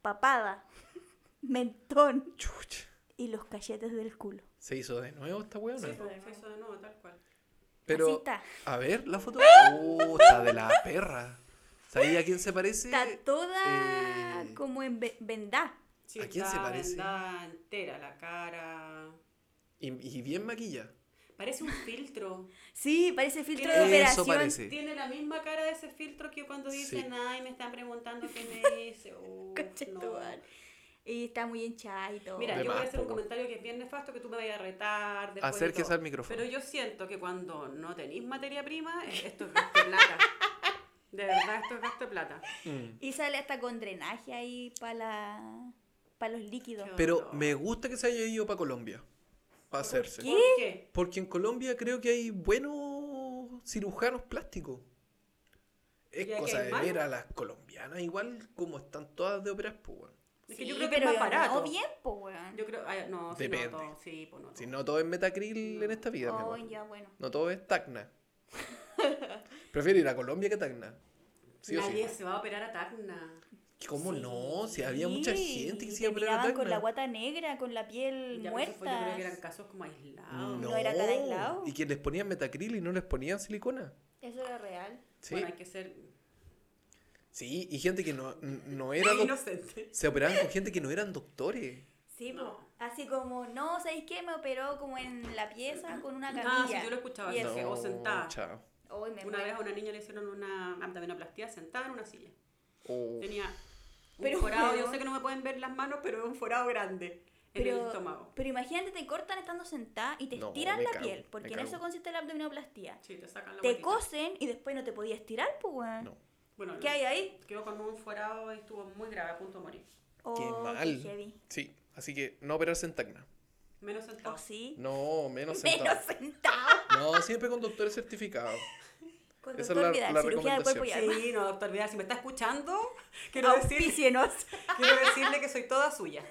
Speaker 1: papada, mentón
Speaker 2: Chucha.
Speaker 1: y los cachetes del culo.
Speaker 2: ¿Se hizo de nuevo esta weona?
Speaker 3: Sí, pues, eso de nuevo, tal cual.
Speaker 1: Así
Speaker 2: Pero,
Speaker 1: está.
Speaker 2: a ver, la foto. ¡Oh, está de la perra! ¿Sabéis a quién se parece?
Speaker 1: Está toda
Speaker 2: eh,
Speaker 1: como en ve- vendá.
Speaker 3: Sí,
Speaker 2: ¿A quién se
Speaker 3: está
Speaker 2: parece?
Speaker 3: vendada entera la cara.
Speaker 2: Y, y bien maquilla.
Speaker 3: Parece un filtro.
Speaker 1: Sí, parece filtro de
Speaker 3: Eso
Speaker 1: operación.
Speaker 2: parece. Sí.
Speaker 3: Tiene la misma cara de ese filtro que cuando dicen,
Speaker 2: Sí.
Speaker 3: ay, me están preguntando qué me hice. Uh,
Speaker 1: Conchetumare.
Speaker 3: no.
Speaker 1: Y está muy hinchada y todo.
Speaker 3: Mira,
Speaker 2: De
Speaker 3: yo voy
Speaker 2: más,
Speaker 3: a hacer un
Speaker 2: po,
Speaker 3: comentario que es bien nefasto, que tú me vayas a retar. después y
Speaker 2: Acérquese
Speaker 3: todo.
Speaker 2: al micrófono.
Speaker 3: Pero yo siento que cuando no tenéis materia prima, eh, esto es gasto de plata. De verdad, esto es gasto de plata.
Speaker 2: Mm.
Speaker 1: Y sale hasta con drenaje ahí para la... para los líquidos.
Speaker 3: Qué
Speaker 2: Pero
Speaker 3: Tonto.
Speaker 2: me gusta que se haya ido para Colombia a hacerse.
Speaker 1: ¿Qué?
Speaker 3: ¿Por qué?
Speaker 2: Porque en Colombia creo que hay buenos cirujanos plásticos. Es
Speaker 3: ¿Y aquí
Speaker 2: cosa
Speaker 3: hay
Speaker 2: de
Speaker 3: malos?
Speaker 2: ver a las colombianas, igual como están todas de operas, pues, weón.
Speaker 3: Es que
Speaker 1: Sí,
Speaker 3: yo creo que es
Speaker 1: pero
Speaker 3: más barato.
Speaker 1: No bien, po, weón.
Speaker 3: Yo creo, ay, no, sí,
Speaker 2: Depende.
Speaker 3: no, todo, sí, pues no. todo.
Speaker 2: Si no todo es metacril en esta vida, mi
Speaker 1: Oh,
Speaker 2: amor.
Speaker 1: ya, bueno.
Speaker 2: No todo es Tacna. Prefiero ir a Colombia que Tacna. Sí o sí.
Speaker 3: Nadie se va a operar a Tacna.
Speaker 2: ¿Cómo
Speaker 1: Sí.
Speaker 2: no? Si había mucha gente que se iba a operar
Speaker 1: Terminaban
Speaker 2: a Tacna.
Speaker 1: con la guata negra, con la piel
Speaker 3: Ya, pero
Speaker 1: muerta.
Speaker 3: eso fue, yo creo que eran casos como aislados.
Speaker 1: No era cada aislado.
Speaker 2: Y que les ponían metacril y no les ponían silicona.
Speaker 1: Eso era real.
Speaker 2: Sí.
Speaker 3: Bueno, hay que ser
Speaker 2: Sí, y gente que no, no era doc-
Speaker 3: inocente.
Speaker 2: Se operaban con gente que no eran doctores.
Speaker 1: Sí,
Speaker 3: No.
Speaker 1: po. Así como, no, ¿sabéis qué? Me operó como en la pieza con una camilla.
Speaker 3: Ah, sí, yo lo escuchaba.
Speaker 1: Y
Speaker 3: eso,
Speaker 1: eso.
Speaker 3: que o sentada.
Speaker 2: Chao.
Speaker 1: Hoy me
Speaker 3: Una
Speaker 1: muero.
Speaker 3: vez a una niña le hicieron una abdominoplastia sentada en una silla.
Speaker 2: Oh,
Speaker 3: Tenía
Speaker 1: Pero,
Speaker 3: un forado, yo
Speaker 1: weón.
Speaker 3: sé que no me pueden ver las manos, pero es un forado grande en el estómago.
Speaker 1: pero imagínate, te cortan estando sentada y te
Speaker 2: No,
Speaker 1: estiran
Speaker 2: me
Speaker 1: la
Speaker 2: cago,
Speaker 1: piel,
Speaker 2: me
Speaker 1: porque en
Speaker 2: cago.
Speaker 1: eso consiste la abdominoplastía.
Speaker 3: Sí, te sacan la
Speaker 1: Te
Speaker 3: guatita.
Speaker 1: cosen y después no te podías estirar, pues, weón.
Speaker 2: No.
Speaker 3: Bueno,
Speaker 1: ¿Qué hay ahí?
Speaker 3: Quedó con un forado y estuvo muy grave, a punto de morir.
Speaker 1: Oh,
Speaker 2: Qué mal.
Speaker 1: heavy.
Speaker 2: Sí, así que no operarse en Tacna.
Speaker 3: Menos sentado.
Speaker 1: Oh, sí.
Speaker 2: No, menos
Speaker 1: Menos
Speaker 2: sentado.
Speaker 1: sentada.
Speaker 2: No, siempre con doctor certificado.
Speaker 1: Con
Speaker 2: Esa es
Speaker 1: doctor
Speaker 2: la-
Speaker 1: Vidal,
Speaker 2: la
Speaker 1: cirugía del cuerpo y alma.
Speaker 3: Sí, no, doctor Vidal, si me está escuchando, quiero, decir,
Speaker 1: Auspícienos.
Speaker 3: quiero decirle que soy toda suya.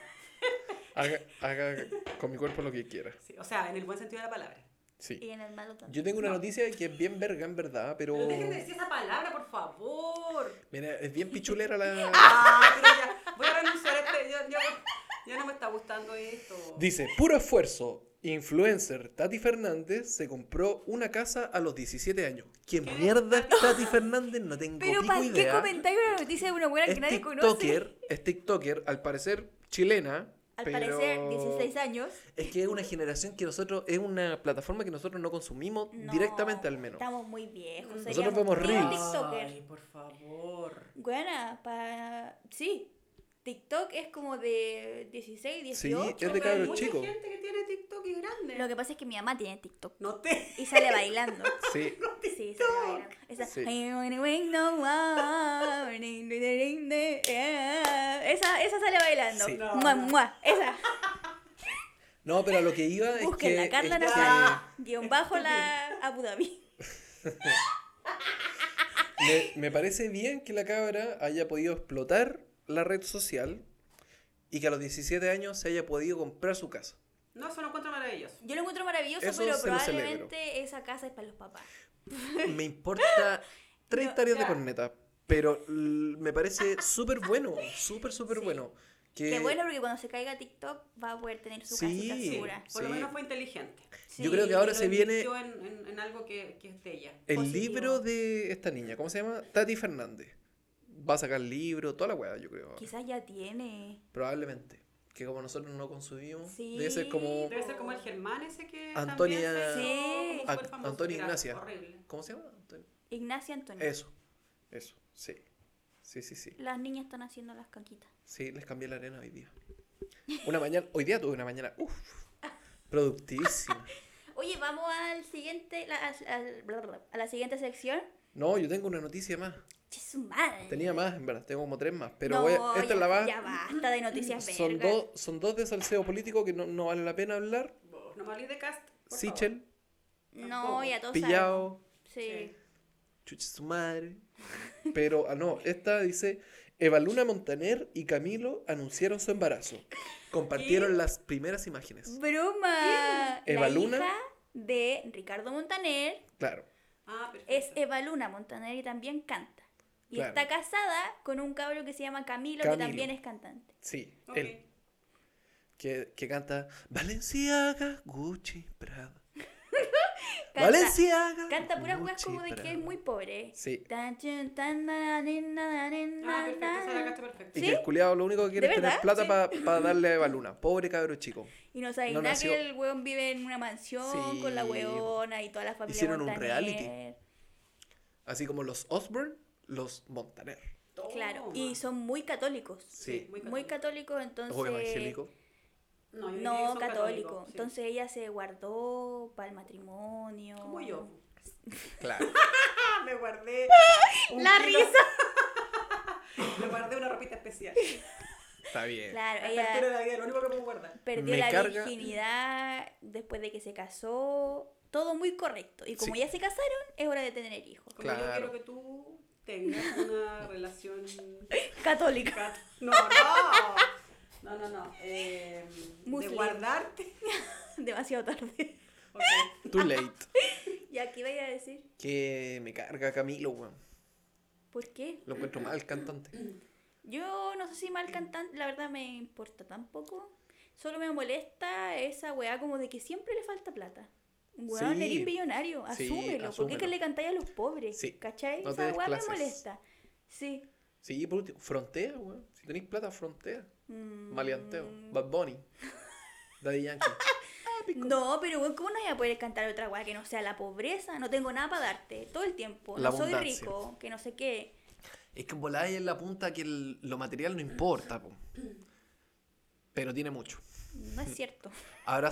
Speaker 2: Haga, haga con mi cuerpo lo que quiera.
Speaker 3: Sí, o sea, en el buen sentido de la palabra.
Speaker 1: Y
Speaker 2: Sí.
Speaker 1: en el malo también.
Speaker 2: Yo tengo una noticia que es bien verga, en verdad, pero.
Speaker 3: Pero dejen de decir esa palabra, por favor.
Speaker 2: Mira, es bien pichulera la.
Speaker 3: Ah, pero ya, voy a renunciar a este, ya, ya- ya no me está gustando esto.
Speaker 2: Dice, puro esfuerzo. Influencer Tati Fernández se compró una casa a los 17 años. ¿Qué mierda es Tati Fernández? No tengo
Speaker 1: Pero
Speaker 2: pico
Speaker 1: ¿para qué
Speaker 2: idea.
Speaker 1: comentáis una noticia de una buena que
Speaker 2: Es
Speaker 1: nadie conoce?
Speaker 2: TikToker, es TikToker, al parecer chilena.
Speaker 1: Al
Speaker 2: pero-
Speaker 1: parecer, 16 años.
Speaker 2: Es que es una generación que nosotros, es una plataforma que nosotros no consumimos
Speaker 1: No,
Speaker 2: directamente al menos.
Speaker 1: Estamos muy viejos.
Speaker 3: Nosotros
Speaker 1: seríamos
Speaker 2: vemos
Speaker 1: bien
Speaker 2: Reels.
Speaker 1: TikToker.
Speaker 3: Ay, por favor.
Speaker 2: Este
Speaker 1: Buena, para. Sí. TikTok es como de 16, 18.
Speaker 2: es de
Speaker 3: Pero hay
Speaker 2: cabros
Speaker 3: mucha
Speaker 2: chicos.
Speaker 3: gente que tiene TikTok y es grande.
Speaker 1: Lo que pasa es que mi mamá tiene TikTok
Speaker 3: No te...
Speaker 1: y sale bailando.
Speaker 2: Sí,
Speaker 1: Sí, sale bailando. Esa.
Speaker 2: Sí.
Speaker 1: "I wanna wake no morning, ding, ding, ding, yeah". Esa, esa sale bailando.
Speaker 2: Sí.
Speaker 3: No,
Speaker 1: Mua,
Speaker 3: no.
Speaker 1: mua. Esa.
Speaker 2: no, pero a lo que iba es que,
Speaker 1: Búsquenla, Carla
Speaker 2: es que-
Speaker 1: Nazar. Guión bajo la Abu Dhabi.
Speaker 2: Me, me parece bien que la cabra haya podido explotar la red social y que a los 17 años se haya podido comprar su casa.
Speaker 3: No, eso lo encuentro maravilloso.
Speaker 1: Yo lo encuentro maravilloso,
Speaker 2: Eso
Speaker 1: pero
Speaker 2: se lo celebro.
Speaker 1: probablemente esa casa es para los papás.
Speaker 2: Me importa tres
Speaker 1: No,
Speaker 2: hectáreas de
Speaker 3: ya.
Speaker 2: corneta, pero l- me parece súper bueno, súper, súper
Speaker 1: Sí.
Speaker 2: bueno. Que,
Speaker 1: Qué bueno porque cuando se caiga TikTok va a poder tener su
Speaker 2: Eh, Sí.
Speaker 1: casita
Speaker 3: Sí,
Speaker 1: segura.
Speaker 3: por lo
Speaker 2: Sí.
Speaker 3: menos fue inteligente.
Speaker 2: Yo creo que ahora
Speaker 3: Y lo
Speaker 2: se viene
Speaker 3: invirtió en, en- en algo que, que es de ella.
Speaker 2: el
Speaker 1: positivo.
Speaker 2: libro de esta niña, ¿cómo se llama? Tati Fernández. Va a sacar libro, toda la weá, yo creo. ahora.
Speaker 1: Quizás ya tiene.
Speaker 2: Probablemente. Que como nosotros no consumimos,
Speaker 1: Sí.
Speaker 2: debe ser como...
Speaker 3: Debe ser como el Germán ese que
Speaker 2: Antonia-
Speaker 3: también se hizo
Speaker 1: Sí.
Speaker 3: como súper
Speaker 2: An-
Speaker 3: famoso,
Speaker 2: Antonia
Speaker 3: que era
Speaker 2: Ignacia.
Speaker 3: Horrible.
Speaker 2: ¿Cómo se llama? Antonio.
Speaker 1: Ignacia Antonia.
Speaker 2: Eso, eso, sí. Sí, sí, sí.
Speaker 1: Las niñas están haciendo las caquitas.
Speaker 2: Sí, les cambié la arena hoy día. Una mañana, hoy día tuve una mañana, uff, productivísima.
Speaker 1: Oye, vamos al siguiente, la- al- al- bla, bla, bla, a la siguiente sección.
Speaker 2: No, yo tengo una noticia más.
Speaker 1: Che, su madre.
Speaker 2: Tenía más, en verdad, tengo como tres más. Pero
Speaker 1: No,
Speaker 2: voy a- esta
Speaker 1: ya,
Speaker 2: es la más.
Speaker 1: Ya basta de noticias
Speaker 2: son,
Speaker 1: vergas.
Speaker 2: dos, son dos de salseo político que no, no vale la pena hablar.
Speaker 3: Vos, No me hables de cast. por
Speaker 2: Sichel,
Speaker 1: No, ya todos saben.
Speaker 2: pillado,
Speaker 1: Sí.
Speaker 2: chucha su madre. Pero, ah, no, esta dice: Eva Luna Montaner y Camilo anunciaron su embarazo. Compartieron
Speaker 3: ¿Qué?
Speaker 2: las primeras imágenes.
Speaker 1: Broma.
Speaker 2: ¿Quién? Eva
Speaker 1: la
Speaker 2: Luna.
Speaker 1: hija de Ricardo Montaner
Speaker 2: Claro.
Speaker 3: favor. Ah, perfecto.
Speaker 1: es Eva Luna Montaner y también canta. Y
Speaker 2: Claro.
Speaker 1: está casada con un cabro que se llama Camilo, que
Speaker 2: Camilo.
Speaker 1: también es cantante.
Speaker 2: Sí,
Speaker 3: Ok.
Speaker 2: él. Que, que canta Valenciaga, Gucci, Prada.
Speaker 1: Canta-
Speaker 2: Valenciaga.
Speaker 1: Canta puras weas
Speaker 2: Gucci,
Speaker 1: como de que
Speaker 2: Prada.
Speaker 1: es muy pobre.
Speaker 2: Sí.
Speaker 1: Tan, chin, tan, na, na, na, na,
Speaker 3: Ah,
Speaker 1: na,
Speaker 3: perfecto, esa la
Speaker 1: na.
Speaker 3: cacho perfecto.
Speaker 2: Y
Speaker 1: ¿Sí?
Speaker 2: que el culiado lo único que quiere
Speaker 1: ¿De
Speaker 2: es tener
Speaker 1: verdad?
Speaker 2: plata para darle a Eva Luna. Pobre cabro chico.
Speaker 1: Y no sabéis
Speaker 2: No
Speaker 1: nada
Speaker 2: nació-
Speaker 1: que el weón vive en una mansión
Speaker 2: Sí,
Speaker 1: con la
Speaker 2: po.
Speaker 1: weona y toda la familia.
Speaker 2: Hicieron un
Speaker 1: Montaner.
Speaker 2: reality. Así como los Osborne, los Montaner.
Speaker 3: Toma.
Speaker 1: Claro, y son muy católicos.
Speaker 2: Sí.
Speaker 3: muy
Speaker 1: Muy católicos, entonces.
Speaker 2: o evangélico.
Speaker 3: No, yo diría que
Speaker 1: No,
Speaker 3: son
Speaker 1: católico.
Speaker 3: católicos, sí.
Speaker 1: Entonces ella se guardó para el matrimonio.
Speaker 3: Como yo.
Speaker 2: Claro.
Speaker 3: Ah, me guardé. un
Speaker 1: La
Speaker 3: kilo-
Speaker 1: risa.
Speaker 3: Me guardé una ropita especial.
Speaker 2: Está bien.
Speaker 1: Claro,
Speaker 3: A esta
Speaker 1: ella.
Speaker 3: altura de la vida, lo único que puedo guardar.
Speaker 1: perdió
Speaker 2: Me
Speaker 1: la
Speaker 2: carga-
Speaker 1: virginidad después de que se casó. Todo muy correcto. Y como
Speaker 2: Sí.
Speaker 1: ya se casaron, es hora de tener hijos.
Speaker 3: Como yo
Speaker 2: Claro.
Speaker 3: quiero que tú tengas una relación.
Speaker 1: Católica.
Speaker 3: cat- No, no. No, no, no. Eh, de
Speaker 1: Muslim.
Speaker 3: guardarte.
Speaker 1: Demasiado tarde.
Speaker 3: Ok.
Speaker 2: Too late.
Speaker 1: ¿Y aquí voy a decir?
Speaker 2: Que me carga Camilo, weón.
Speaker 1: ¿Por qué?
Speaker 2: Lo encuentro mal cantante.
Speaker 1: Yo no sé si mal cantante, la verdad me importa tampoco. Solo me molesta esa weá como de que siempre le falta plata. Weón,
Speaker 2: Sí.
Speaker 1: eres millonario,
Speaker 2: Sí,
Speaker 1: asúmelo. ¿Por qué
Speaker 2: asúmelo.
Speaker 1: que le cantáis a los pobres?
Speaker 2: Sí,
Speaker 1: ¿Cachai?
Speaker 2: no te
Speaker 1: esa
Speaker 2: des
Speaker 1: weá me
Speaker 2: clases.
Speaker 1: molesta. Sí.
Speaker 2: Sí, por último. Frontea, weón. Si tenéis plata, frontea.
Speaker 1: Mm,
Speaker 2: Maleanteo. Bad Bunny. Daddy Yankee.
Speaker 1: No, pero weón, ¿cómo no voy a poder cantar otra weá que no sea la pobreza? No tengo nada para darte, todo el tiempo.
Speaker 2: La
Speaker 1: no soy
Speaker 2: abundancia.
Speaker 1: rico, que no sé qué.
Speaker 2: Es que en volada ahí en la punta que el- lo material no importa, po. pero tiene mucho.
Speaker 1: No es cierto.
Speaker 2: ¿Habrá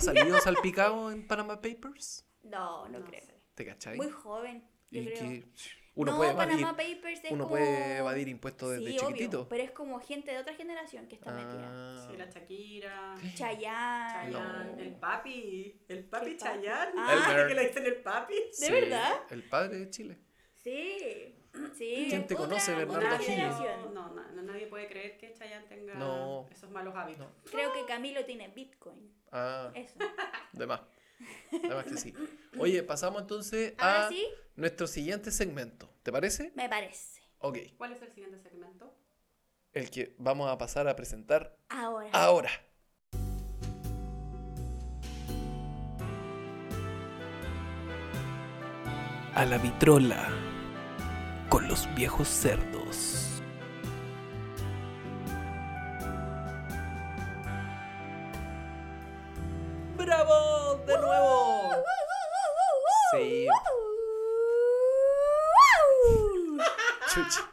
Speaker 2: salido salpicado en Panama Papers?
Speaker 1: No, no,
Speaker 3: No
Speaker 1: creo.
Speaker 3: sé.
Speaker 2: ¿Te cachai?
Speaker 1: Muy joven, yo
Speaker 2: Y
Speaker 1: creo.
Speaker 2: que uno
Speaker 1: no,
Speaker 2: puede evadir,
Speaker 1: Panama Papers es
Speaker 2: uno
Speaker 1: como...
Speaker 2: puede evadir impuestos desde
Speaker 1: sí, obvio,
Speaker 2: chiquitito.
Speaker 1: pero es como gente de otra generación que está metida.
Speaker 2: Ah.
Speaker 3: Sí, la Shakira,
Speaker 1: Chayanne.
Speaker 3: Chayanne,
Speaker 2: No.
Speaker 3: el papi, el papi
Speaker 1: El papi.
Speaker 3: Chayanne.
Speaker 1: Ah.
Speaker 2: El Bird.
Speaker 3: que le dicen el papi?
Speaker 1: ¿De verdad?
Speaker 2: El padre de Chile.
Speaker 1: Sí. Sí.
Speaker 2: ¿Quién te
Speaker 1: otra-
Speaker 2: conoce, Bernardo
Speaker 1: otra
Speaker 2: Gil?
Speaker 1: generación.
Speaker 3: No, na- no, nadie puede creer que Chayanne tenga
Speaker 2: No.
Speaker 3: esos malos hábitos.
Speaker 2: No.
Speaker 1: Creo que Camilo tiene Bitcoin.
Speaker 2: Ah,
Speaker 1: Eso.
Speaker 2: de más. De más que sí. Oye, pasamos entonces
Speaker 1: Ahora
Speaker 2: a
Speaker 1: sí,
Speaker 2: nuestro siguiente segmento. ¿Te parece?
Speaker 1: me parece.
Speaker 2: Ok.
Speaker 3: ¿Cuál es el siguiente segmento?
Speaker 2: El que vamos a pasar a presentar
Speaker 1: Ahora.
Speaker 2: ahora. A la vitrola con los viejos cerdos. ¡Bravo! ¡De nuevo! Sí. Chucha.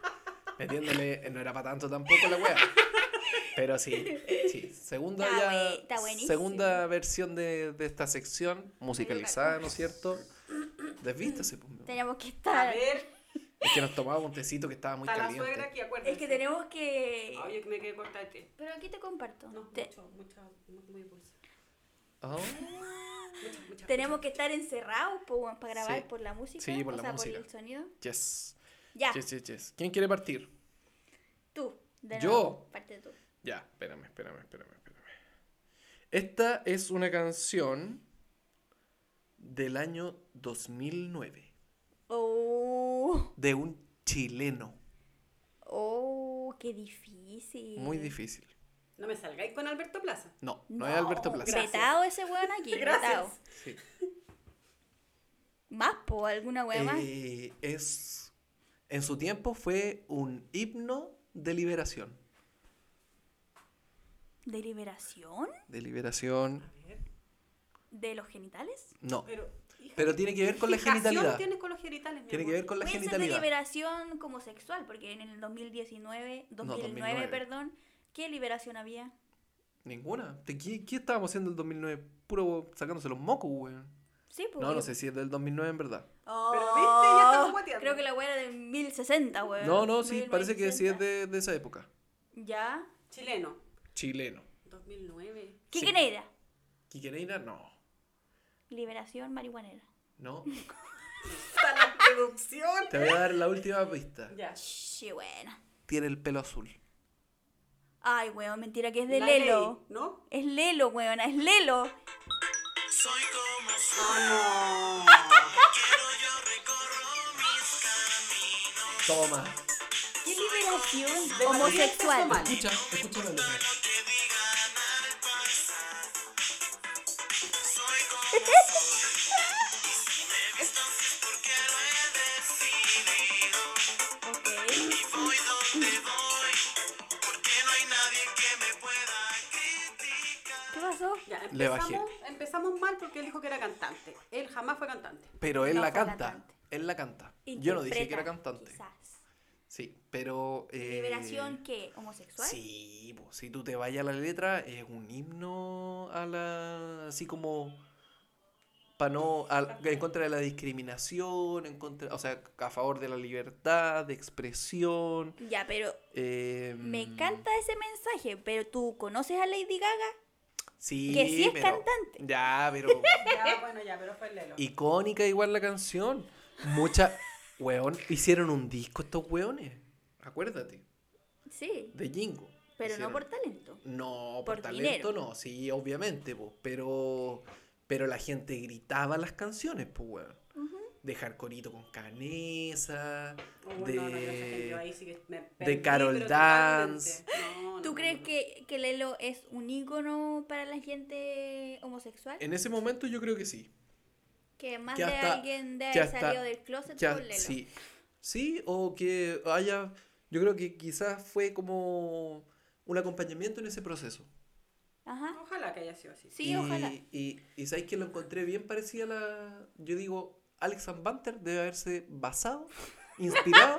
Speaker 2: Metiéndole, eh, no era para tanto tampoco la wea. Pero sí, sí. Segunda,
Speaker 1: Está
Speaker 2: ya-
Speaker 1: bue- está buenísimo.
Speaker 2: segunda versión de, de esta sección, musicalizada, ¿no es cierto? Desvístase, pues. mi amor.
Speaker 1: Tenemos que
Speaker 3: A
Speaker 1: estar.
Speaker 3: ver,
Speaker 2: Es que nos tomaba un tecito que estaba muy
Speaker 3: está la suegra
Speaker 2: caliente.
Speaker 3: aquí, acuérdense.
Speaker 1: Es que tenemos que.
Speaker 3: Ay, yo que me quedé corta de té.
Speaker 1: Pero aquí te comparto.
Speaker 3: No,
Speaker 1: Te-
Speaker 3: mucho, mucho, muy, muy dulce.
Speaker 2: Ah,
Speaker 3: Mucho, mucho,
Speaker 1: Tenemos que estar encerrados po, weón, para grabar
Speaker 2: Sí.
Speaker 1: por la música.
Speaker 2: Sí, por
Speaker 1: o
Speaker 2: la
Speaker 1: sea,
Speaker 2: música.
Speaker 1: por el sonido.
Speaker 2: yes.
Speaker 1: Ya,
Speaker 2: Yes, yes, yes. ¿Quién quiere partir?
Speaker 1: tú. de
Speaker 2: ¿Yo?
Speaker 1: nuevo, Parte tú.
Speaker 2: Ya, espérame, espérame, espérame, espérame. Esta es una canción del año 2009
Speaker 1: Oh,
Speaker 2: de un chileno.
Speaker 1: oh, qué difícil.
Speaker 2: Muy difícil.
Speaker 3: No me salgáis con Alberto Plaza.
Speaker 2: No, no, es Alberto Plaza.
Speaker 3: gracias.
Speaker 1: Vetado ese weón aquí, vetado.
Speaker 3: Gracias.
Speaker 2: Sí.
Speaker 1: Más, po, alguna weá más.
Speaker 2: Eh, es, en su tiempo fue un himno de liberación.
Speaker 1: ¿De liberación?
Speaker 2: ¿De liberación?
Speaker 3: A ver,
Speaker 1: ¿De los genitales?
Speaker 2: No.
Speaker 3: pero... hija,
Speaker 2: Pero tiene que ver con la
Speaker 3: ¿qué fijación
Speaker 2: genitalidad.
Speaker 3: tienes con los genitales, mi
Speaker 2: Tiene que
Speaker 3: amor?
Speaker 2: ver con la
Speaker 1: Pueden ser de
Speaker 2: genitalidad.
Speaker 1: liberación como sexual, porque en el 2019, 2009,
Speaker 2: 2009.
Speaker 1: perdón, ¿qué liberación había?
Speaker 2: Ninguna. ¿De ¿Qué, qué estábamos haciendo en el 2009? Puro sacándose los mocos, weón.
Speaker 1: Sí, pues, porque...
Speaker 2: No, no sé si es del 2009 en verdad.
Speaker 3: Pero viste, ya estamos guateando.
Speaker 1: Oh, Creo que la weá era de 1060, weón.
Speaker 2: No, no, sí, parece que sí
Speaker 1: 1960.
Speaker 2: es de, de esa época.
Speaker 1: Ya.
Speaker 3: Chileno.
Speaker 2: Chileno.
Speaker 3: 2009.
Speaker 1: ¿Qué
Speaker 2: Sí.
Speaker 1: queréis?
Speaker 2: Quiqueneira, no.
Speaker 1: Liberación marihuanera.
Speaker 2: No.
Speaker 3: Está la producción.
Speaker 2: Te voy a dar la última pista.
Speaker 3: Ya.
Speaker 1: Sí, buena.
Speaker 2: Tiene el pelo azul.
Speaker 1: Ay, weón, mentira, que es de
Speaker 3: La
Speaker 1: Lelo.
Speaker 3: ley, ¿No?
Speaker 1: Es Lelo, weón, es Lelo.
Speaker 3: Ah,
Speaker 2: Toma.
Speaker 1: ¿Qué liberación?
Speaker 3: no.
Speaker 1: Homosexual.
Speaker 2: Escucha, escucha la letra.
Speaker 1: Ok. ¿Qué pasó?
Speaker 3: Ya,
Speaker 2: Le bajé.
Speaker 3: empezamos, empezamos mal porque él dijo que era cantante. Él jamás fue cantante.
Speaker 2: Pero él
Speaker 1: No
Speaker 2: la
Speaker 1: fue
Speaker 2: canta.
Speaker 1: cantante.
Speaker 2: Él la canta. Yo no dije que era
Speaker 1: Interpreta,
Speaker 2: cantante.
Speaker 1: Quizás.
Speaker 2: Sí, pero. eh,
Speaker 1: ¿Liberación qué? ¿Homosexual?
Speaker 2: Sí, po, si tú te vayas a la letra, es un himno a la. Así como. Para no. al- en contra de la discriminación, en contra, o sea, a favor de la libertad, de expresión.
Speaker 1: Ya, pero
Speaker 2: eh,
Speaker 1: me encanta ese mensaje, pero tú conoces a Lady Gaga,
Speaker 2: Sí,
Speaker 1: que sí es
Speaker 2: pero-
Speaker 1: cantante.
Speaker 2: Ya, pero.
Speaker 3: Ya, bueno, ya, pero fue Lelo.
Speaker 2: icónica igual la canción. Mucha. Weón, hicieron un disco estos weones. Acuérdate.
Speaker 1: sí,
Speaker 2: De Jingo.
Speaker 1: pero no
Speaker 2: Hicieron-
Speaker 1: por talento.
Speaker 2: No, por,
Speaker 1: por
Speaker 2: talento
Speaker 1: dinero.
Speaker 2: no, sí, obviamente, po, pero pero la gente gritaba las canciones, pues weón. Dejar corito con Canesa,
Speaker 3: Oh, no,
Speaker 2: de,
Speaker 3: no, yo esa gente, yo ahí sí que me perdí,
Speaker 2: Carol
Speaker 3: pero
Speaker 2: Dance.
Speaker 3: totalmente. No, no,
Speaker 1: ¿Tú
Speaker 3: no,
Speaker 1: crees
Speaker 3: no.
Speaker 1: que, que Lelo es un ícono para la gente homosexual?
Speaker 2: En ese momento yo creo que sí.
Speaker 1: Que más
Speaker 2: que
Speaker 1: de
Speaker 2: hasta-
Speaker 1: alguien de
Speaker 2: que
Speaker 1: haber
Speaker 2: hasta-
Speaker 1: salido del closet
Speaker 2: Ya,
Speaker 1: por Lelo.
Speaker 2: sí. Sí, o que haya. Yo creo que quizás fue como un acompañamiento en ese proceso.
Speaker 1: Ajá.
Speaker 3: Ojalá que haya sido así.
Speaker 1: Sí,
Speaker 2: y,
Speaker 1: ojalá.
Speaker 2: Y, y sabéis que lo encontré bien parecido a la. Yo digo, Alex Van Banter debe haberse basado, inspirado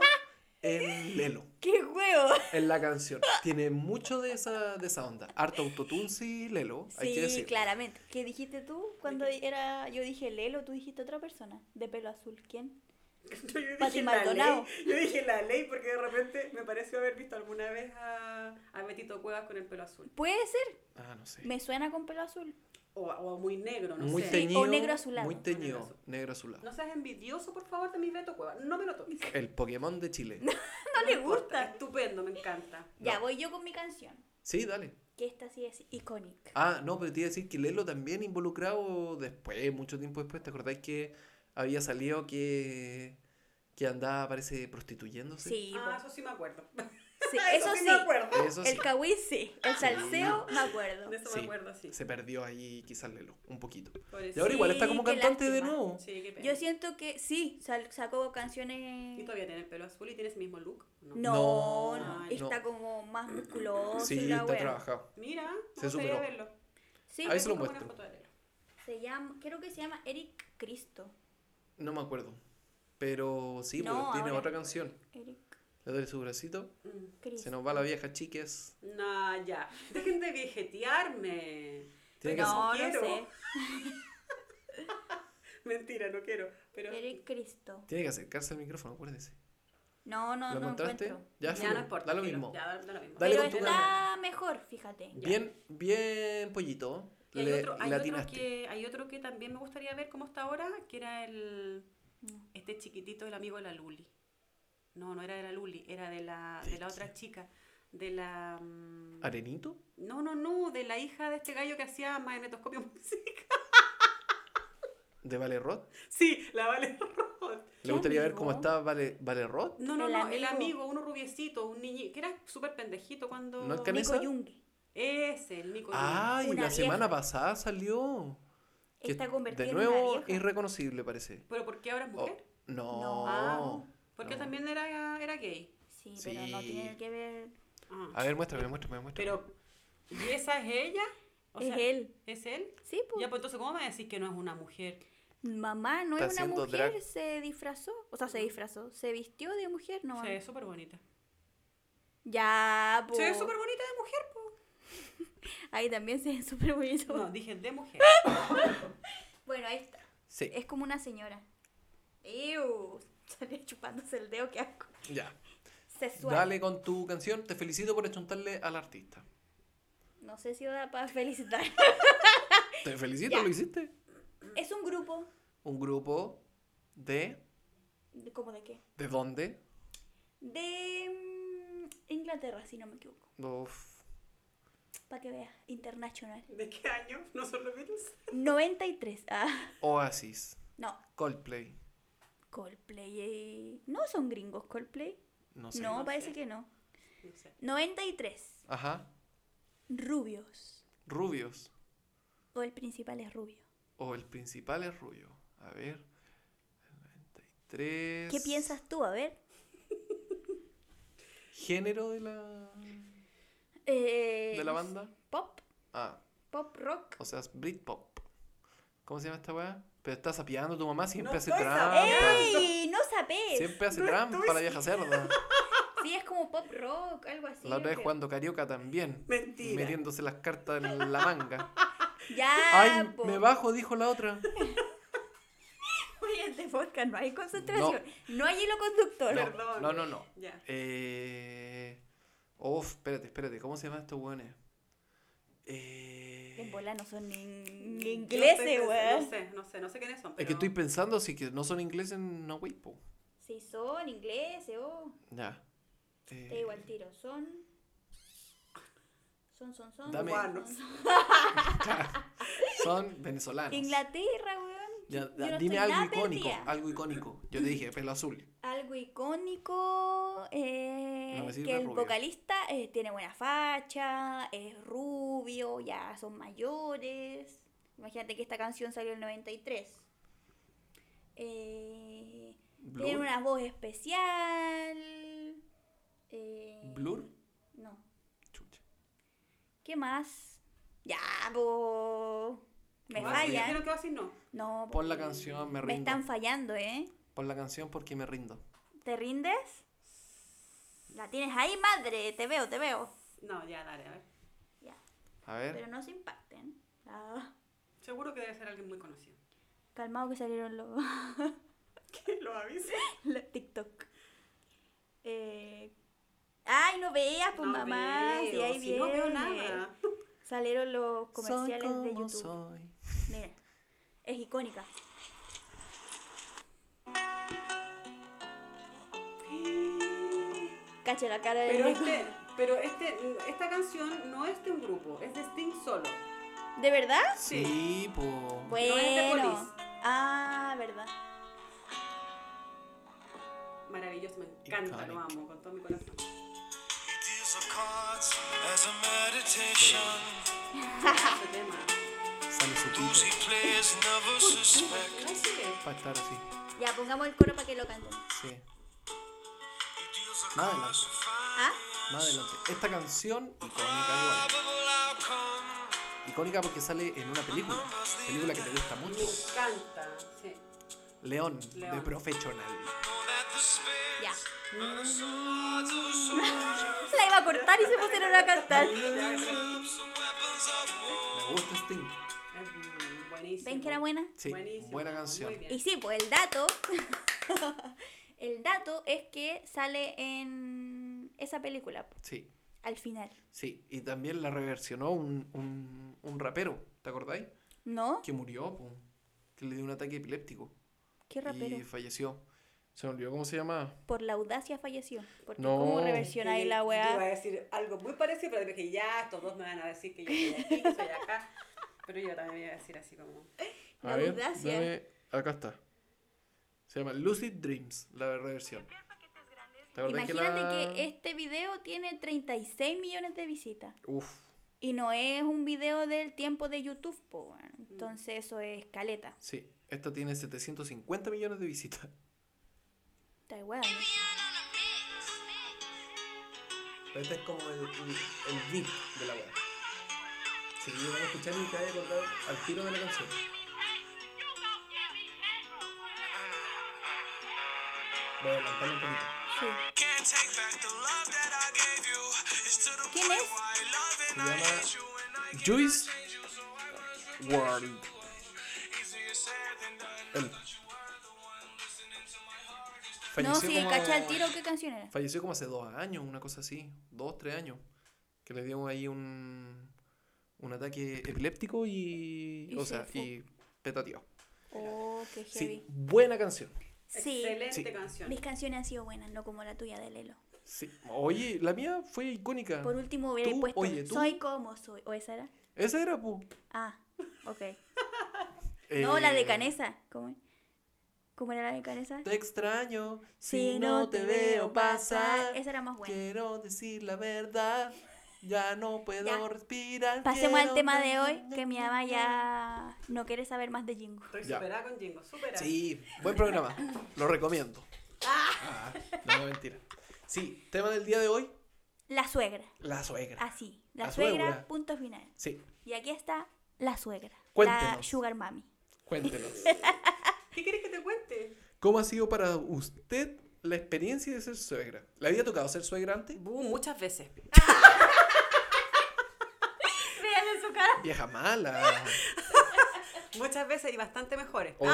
Speaker 2: en Lelo,
Speaker 1: ¡Qué huevo!
Speaker 2: en la canción. Tiene mucho de esa, de esa onda. Harto autotune, sí, Lelo, hay que
Speaker 1: Sí,
Speaker 2: decir.
Speaker 1: claramente. ¿Qué dijiste tú cuando era yo dije Lelo, tú dijiste otra persona de pelo azul? ¿Quién?
Speaker 3: Yo dije,
Speaker 1: Pati
Speaker 3: la
Speaker 1: Maldonado.
Speaker 3: ley, yo dije la ley porque de repente me pareció haber visto alguna vez a, a Betito Cuevas con el pelo azul.
Speaker 1: Puede ser.
Speaker 2: Ah, no sé.
Speaker 1: Me suena con pelo azul.
Speaker 3: O, a- o a muy negro, no
Speaker 2: Muy
Speaker 3: sé.
Speaker 2: teñido.
Speaker 1: o negro azulado.
Speaker 2: Muy teñido,
Speaker 3: Negro azul.
Speaker 2: negro azulado.
Speaker 3: No seas envidioso, por favor, de mi Beto Cuevas. No me lo toques.
Speaker 2: El Pokémon de Chile.
Speaker 1: No le
Speaker 3: importa,
Speaker 1: gusta.
Speaker 3: Estupendo, me encanta.
Speaker 1: Ya,
Speaker 2: No.
Speaker 1: voy yo con mi canción.
Speaker 2: Sí, dale.
Speaker 1: Que esta sí es icónica.
Speaker 2: Ah, no, pero te iba a decir que Lelo también involucrado después, mucho tiempo después. ¿Te acordáis que había salido que, que andaba, parece, prostituyéndose?
Speaker 1: Sí,
Speaker 3: ah,
Speaker 1: po.
Speaker 3: eso sí me acuerdo.
Speaker 1: Sí, eso
Speaker 3: me
Speaker 1: sí.
Speaker 3: acuerdo.
Speaker 2: Eso sí,
Speaker 1: El kawin sí. El salseo, me acuerdo.
Speaker 3: De eso
Speaker 2: Sí.
Speaker 3: me acuerdo, sí.
Speaker 2: se perdió ahí quizás Lelo, un poquito. Y
Speaker 3: Pobrecito.
Speaker 2: ahora igual
Speaker 1: Sí,
Speaker 2: está como
Speaker 1: qué
Speaker 2: cantante de
Speaker 1: lástima.
Speaker 2: nuevo.
Speaker 3: Sí, qué pena.
Speaker 1: Yo siento que sí, sal- sacó
Speaker 3: ¿Y
Speaker 1: canciones.
Speaker 3: todavía tiene el pelo azul y tiene ese mismo look?
Speaker 1: No,
Speaker 2: No,
Speaker 1: no,
Speaker 3: no.
Speaker 1: está como más musculoso.
Speaker 2: Sí,
Speaker 1: y la
Speaker 2: está
Speaker 1: wea.
Speaker 2: trabajado.
Speaker 3: Mira,
Speaker 2: Se
Speaker 3: me gustaría
Speaker 2: superó.
Speaker 3: verlo.
Speaker 1: Sí,
Speaker 2: A Ahí eso se lo
Speaker 3: Busca una
Speaker 2: muestro.
Speaker 3: foto de él.
Speaker 1: se llama, creo que se llama Eric Cristo.
Speaker 2: No me acuerdo. Pero sí,
Speaker 1: No,
Speaker 2: porque tiene
Speaker 1: ahora-
Speaker 2: otra canción.
Speaker 1: Eric
Speaker 2: Le doy su bracito.
Speaker 3: Mm.
Speaker 2: Se
Speaker 1: Cristo.
Speaker 2: nos va la vieja, chiques.
Speaker 3: No, ya. Dejen de viejetearme.
Speaker 2: Tiene que
Speaker 1: no,
Speaker 3: ser.
Speaker 1: no sé.
Speaker 3: Mentira, no quiero. Pero
Speaker 1: Eric Cristo.
Speaker 2: Tiene que acercarse al micrófono, acuérdese.
Speaker 1: No, no, no
Speaker 2: ¿Lo encontraste?
Speaker 1: encuentro.
Speaker 2: Ya,
Speaker 3: ya
Speaker 2: filo,
Speaker 3: no importa.
Speaker 2: da lo
Speaker 3: filo,
Speaker 2: mismo.
Speaker 3: Ya da, da lo mismo.
Speaker 2: Dale
Speaker 1: Pero
Speaker 2: con tu
Speaker 1: está
Speaker 2: canción.
Speaker 1: mejor, fíjate.
Speaker 3: Ya.
Speaker 2: Bien, bien, pollito.
Speaker 3: Y hay,
Speaker 2: Le,
Speaker 3: otro,
Speaker 2: le
Speaker 3: hay, otro
Speaker 2: atinaste.
Speaker 3: que, hay otro que también me gustaría ver cómo está ahora, que era el este chiquitito, el amigo de la Luli. No, no era de la Luli, era de la,
Speaker 2: ¿De
Speaker 3: de la otra
Speaker 2: quién?
Speaker 3: chica. De la. mm,
Speaker 2: ¿Arenito?
Speaker 3: No, no, no, de la hija de este gallo que hacía magnetoscopio musical.
Speaker 2: ¿De Vale Roth?
Speaker 3: Sí, la Vale Roth.
Speaker 1: ¿Qué
Speaker 2: ¿Le gustaría ver
Speaker 1: amigo?
Speaker 2: cómo está Vale, vale Roth?
Speaker 3: No, no,
Speaker 1: El
Speaker 3: no, el
Speaker 1: amigo.
Speaker 3: amigo, uno rubiecito, un niño, que era súper pendejito cuando.
Speaker 2: No es que-
Speaker 1: Mm. Nico
Speaker 2: ¿Canesa?
Speaker 1: Jung.
Speaker 3: Ese, el Nico.
Speaker 2: ¡Ay!
Speaker 1: Una
Speaker 2: la
Speaker 1: vieja.
Speaker 2: semana pasada salió. Que
Speaker 1: Está convertido
Speaker 2: De
Speaker 1: en
Speaker 2: nuevo,
Speaker 1: una vieja.
Speaker 2: irreconocible parece.
Speaker 3: ¿Pero por qué ahora es mujer?
Speaker 2: Oh, no.
Speaker 1: No.
Speaker 3: Ah, porque
Speaker 2: Oh, no.
Speaker 3: también era, era gay.
Speaker 1: Sí, pero no
Speaker 2: Sí.
Speaker 1: tiene que ver.
Speaker 3: Ah.
Speaker 2: A ver, muéstrame, muéstrame, muéstrame.
Speaker 3: Pero, ¿y esa es ella? O
Speaker 1: es
Speaker 3: sea,
Speaker 1: él.
Speaker 3: ¿Es él?
Speaker 1: Sí,
Speaker 3: Ya,
Speaker 1: pues.
Speaker 3: pues entonces, ¿cómo me decís que no es una mujer?
Speaker 1: Mamá no
Speaker 2: Está
Speaker 1: es una
Speaker 2: haciendo
Speaker 1: mujer,
Speaker 2: drag.
Speaker 1: se disfrazó. O sea, se disfrazó. Se vistió de mujer, no.
Speaker 3: Se
Speaker 1: mamá.
Speaker 3: ve súper bonita.
Speaker 1: Ya, pues.
Speaker 3: Se ve súper bonita de mujer, po.
Speaker 1: Ahí también se ve súper bonito.
Speaker 3: No, dije de mujer.
Speaker 1: Bueno, ahí está.
Speaker 2: Sí,
Speaker 1: Es como una señora. ¡Ew! Sale chupándose el dedo, qué asco.
Speaker 2: ya.
Speaker 1: Sexual.
Speaker 2: Dale con tu canción. Te felicito por achuntarle al artista.
Speaker 1: No sé si da para felicitar.
Speaker 2: Te felicito,
Speaker 1: Ya.
Speaker 2: lo hiciste.
Speaker 1: es un grupo.
Speaker 2: Un grupo de...
Speaker 1: de- ¿Cómo de qué?
Speaker 2: ¿De dónde?
Speaker 1: De mm, Inglaterra, si no me equivoco.
Speaker 2: Uf.
Speaker 1: Para que veas. International.
Speaker 3: ¿De qué año? ¿No son los Beatles?
Speaker 1: 93. Ah,
Speaker 2: Oasis.
Speaker 1: no.
Speaker 2: Coldplay.
Speaker 1: Coldplay. eh, No son gringos Coldplay.
Speaker 2: No sé.
Speaker 1: no,
Speaker 3: no
Speaker 1: parece
Speaker 3: sé.
Speaker 1: que no.
Speaker 3: No sé.
Speaker 1: 93.
Speaker 2: Ajá.
Speaker 1: Rubios.
Speaker 2: Rubios.
Speaker 1: O el principal es rubio.
Speaker 2: O el principal es rubio. A ver. 93.
Speaker 1: ¿Qué piensas tú? A ver.
Speaker 2: Género de la,
Speaker 1: Eh,
Speaker 2: de la banda.
Speaker 1: Pop.
Speaker 2: Ah,
Speaker 1: Pop rock.
Speaker 2: o sea, es Britpop. ¿Cómo se llama esta weá? Pero está sapeando tu mamá, siempre
Speaker 3: No
Speaker 2: hace
Speaker 3: estoy
Speaker 2: trampa.
Speaker 3: sapeando.
Speaker 1: ¡Ey! ¡No sabes!
Speaker 2: Siempre hace
Speaker 3: No
Speaker 2: trampa
Speaker 3: estoy
Speaker 2: la vieja cerda.
Speaker 1: Sí, es como pop rock, algo así.
Speaker 2: La otra
Speaker 1: yo
Speaker 2: vez
Speaker 1: creo.
Speaker 2: jugando carioca también.
Speaker 3: Mentira.
Speaker 2: Metiéndose las cartas en la manga.
Speaker 1: Ya,
Speaker 2: ¡Ay,
Speaker 1: Ah, po.
Speaker 2: me bajo! Dijo la otra.
Speaker 1: Oye, en este podcast no hay concentración. No, hay hilo conductor.
Speaker 2: No,
Speaker 3: Perdón.
Speaker 2: no, no. no.
Speaker 3: Ya.
Speaker 2: Eh... Oh, espérate, espérate. ¿Cómo se llaman estos weones? Eh...
Speaker 1: En bola no son ni, ni
Speaker 3: Yo estoy
Speaker 1: ingleses,
Speaker 3: pens-
Speaker 1: weón.
Speaker 3: No sé, no sé, no sé quiénes son.
Speaker 2: Es
Speaker 3: Pero...
Speaker 2: que estoy pensando si que no son ingleses, no, wey, po.
Speaker 1: Sí, son ingleses, oh.
Speaker 2: Ya. Eh,
Speaker 1: Te digo al tiro, son. Son, son, son.
Speaker 2: Dame-
Speaker 1: son,
Speaker 3: Cubanos.
Speaker 1: son.
Speaker 2: Son venezolanos.
Speaker 1: Inglaterra, weón.
Speaker 2: Ya,
Speaker 1: Yo no estoy
Speaker 2: dime algo
Speaker 1: nada
Speaker 2: icónico,
Speaker 1: perdida.
Speaker 2: algo icónico. Yo te dije, pelo azul.
Speaker 1: Algo icónico. eh,
Speaker 2: No me sirve
Speaker 1: que el
Speaker 2: rubio.
Speaker 1: vocalista eh, tiene buena facha, es rubio, ya son mayores. Imagínate que esta canción salió en el 93. Eh, tiene
Speaker 2: Blur.
Speaker 1: una voz especial. eh,
Speaker 2: Blur.
Speaker 1: No.
Speaker 2: Chucha.
Speaker 1: ¿Qué más? Ya, po. Me
Speaker 2: Bueno,
Speaker 1: fallan.
Speaker 3: Dijeron Ah, que Oasis no.
Speaker 1: No, po.
Speaker 2: Pon la canción, me
Speaker 1: me
Speaker 2: rindo.
Speaker 1: están fallando, ¿eh?
Speaker 2: Pon la canción porque me rindo.
Speaker 1: ¿Te rindes? La tienes ahí, madre. Te veo, te veo.
Speaker 3: No, ya, dale, a ver.
Speaker 1: Ya.
Speaker 2: A ver.
Speaker 1: Pero no se impacten. Ah,
Speaker 3: Seguro que debe ser alguien muy conocido.
Speaker 1: calmado que salieron los,
Speaker 3: ¿Qué? ¿Lo avise?
Speaker 1: los TikTok. Eh, Ay, no veas, pues mamá. si ahí
Speaker 3: si no veo
Speaker 1: viene.
Speaker 3: nada.
Speaker 1: Salieron los comerciales
Speaker 2: Soy
Speaker 1: de
Speaker 2: como
Speaker 1: YouTube.
Speaker 2: soy.
Speaker 1: Mira, es icónica. Cacha la cara de
Speaker 3: Pero este, pero este, esta canción no es de un grupo, es de Sting solo.
Speaker 1: ¿De verdad?
Speaker 3: Sí.
Speaker 2: Sí, po.
Speaker 1: Bueno.
Speaker 3: es de Police.
Speaker 1: ah, verdad.
Speaker 3: Maravilloso, me encanta, lo
Speaker 2: Iconic.
Speaker 3: amo con todo mi corazón.
Speaker 4: It is a cards as a meditation.
Speaker 3: Este tema.
Speaker 2: Sale su
Speaker 4: Those he
Speaker 2: pito.
Speaker 4: plays never suspect.
Speaker 3: Ay, sí.
Speaker 2: Para estar así.
Speaker 1: Ya, pongamos el coro para que lo canten.
Speaker 2: Sí.
Speaker 4: He deals a
Speaker 2: Nada
Speaker 4: cause
Speaker 2: adelante.
Speaker 4: to find
Speaker 1: ¿Ah?
Speaker 2: Más adelante. Esta canción, icónica igual.
Speaker 4: probable outcome.
Speaker 2: Icónica porque sale en una película. Película que te gusta
Speaker 3: Me
Speaker 2: mucho.
Speaker 3: encanta. Sí.
Speaker 2: León, de
Speaker 3: León.
Speaker 2: Professional.
Speaker 4: Know that the spades
Speaker 1: Ya.
Speaker 3: Mm,
Speaker 4: are the swords of soldiers.
Speaker 1: La iba a cortar y se pusieron a cantar.
Speaker 4: Clubs are weapons of war.
Speaker 2: Me gusta Sting.
Speaker 3: Es buenísimo.
Speaker 1: ¿Ven que era buena?
Speaker 2: Sí,
Speaker 3: Buenísimo,
Speaker 2: buena
Speaker 3: muy
Speaker 2: canción.
Speaker 3: bien.
Speaker 1: Y sí, pues el dato. el dato es que sale en esa película, po,
Speaker 2: Sí,
Speaker 1: al final.
Speaker 2: sí. Y también la reversionó un, un, un rapero, ¿te acordáis?
Speaker 1: ¿No?
Speaker 2: Que murió, po. que le dio un ataque epiléptico.
Speaker 1: ¿Qué rapero?
Speaker 2: Y falleció. Se me olvidó cómo se llamaba.
Speaker 1: Por la audacia falleció. Porque
Speaker 2: No.
Speaker 1: como reversión ahí la
Speaker 3: Yo Iba a
Speaker 1: weá.
Speaker 3: decir algo muy parecido, pero dije, ya, estos dos me van a decir que yo soy aquí, que soy acá. Pero yo también iba a decir así como...
Speaker 1: La audacia.
Speaker 2: dame- acá está. Se llama Lucid Dreams, la reversión. ¿Te acordás que
Speaker 1: Imagínate
Speaker 2: la-
Speaker 1: que este video tiene 36 millones de visitas.
Speaker 2: Uf,
Speaker 1: Y no es un video del tiempo de YouTube, po, weón. Entonces eso es caleta.
Speaker 2: sí. Esta tiene 750 millones de visitas.
Speaker 1: Está igual.
Speaker 5: Pero este es como el, el, el beat de la weá. Si lo van a escuchar y te vas a acordar al tiro de la canción. Voy a adelantarlo un poquito.
Speaker 1: Sí.
Speaker 4: Can't take back the love that I gave you. It's to the
Speaker 1: ¿Quién
Speaker 4: point
Speaker 1: es?
Speaker 4: why I love and
Speaker 5: Se
Speaker 4: I
Speaker 5: llama
Speaker 4: hate you and I can't
Speaker 2: Juice
Speaker 4: change you, so I was
Speaker 2: World.
Speaker 4: easier said than done.
Speaker 2: Él.
Speaker 4: You were the one listening to my heart.
Speaker 1: No,
Speaker 2: Falleció
Speaker 1: sí,
Speaker 2: como-
Speaker 1: cacha el tiro, ¿qué canción era?
Speaker 2: Falleció como hace dos años, una cosa así. Dos, tres años. Que le dio ahí un, un ataque epiléptico y.
Speaker 1: Y
Speaker 2: o
Speaker 1: se
Speaker 2: sea,
Speaker 1: fue.
Speaker 2: y petateó.
Speaker 1: Oh, qué
Speaker 2: Sí,
Speaker 1: heavy.
Speaker 2: buena canción.
Speaker 1: Sí.
Speaker 3: Excelente
Speaker 2: Sí.
Speaker 3: canción.
Speaker 1: Mis canciones han sido buenas, no como la tuya de Lelo.
Speaker 2: Sí. Oye, la mía fue icónica.
Speaker 1: Por último hubiera
Speaker 2: Ah. Tú,
Speaker 1: puesto
Speaker 2: oye, tú.
Speaker 1: Soy como soy. ¿O esa era?
Speaker 2: Esa era, pu.
Speaker 1: Ah, ok. No, la
Speaker 2: Eh,
Speaker 1: de Canesa. ¿Cómo, ¿Cómo era la de Canesa?
Speaker 2: Te extraño si no te veo pasar.
Speaker 1: Esa era más buena.
Speaker 2: Quiero decir la verdad. Ya no puedo
Speaker 1: Ya.
Speaker 2: respirar.
Speaker 1: Pasemos al
Speaker 2: quiero-
Speaker 1: tema de hoy, que mi mamá ya no quiere saber más de Jingo.
Speaker 3: Estoy
Speaker 2: Ya.
Speaker 3: superada con Jingo, superada.
Speaker 2: Sí, buen programa. Lo recomiendo. Ah, no, no, mentira. Sí, tema del día de hoy,
Speaker 1: La suegra,
Speaker 2: la
Speaker 3: Ah,
Speaker 2: suegra.
Speaker 1: así. La,
Speaker 2: La
Speaker 1: suegra,
Speaker 2: suegra.
Speaker 1: punto final.
Speaker 2: Sí,
Speaker 1: Y aquí está la suegra. La
Speaker 2: Cuéntenos.
Speaker 1: Sugar Mami.
Speaker 2: cuéntenos.
Speaker 3: ¿Qué quieres que te cuente?
Speaker 2: ¿Cómo ha sido para usted la experiencia de ser suegra? ¿Le había tocado ser suegra antes?
Speaker 3: Bu, muchas veces.
Speaker 1: Vean su cara.
Speaker 2: Vieja mala.
Speaker 3: Muchas veces y bastante mejores.
Speaker 2: Oh.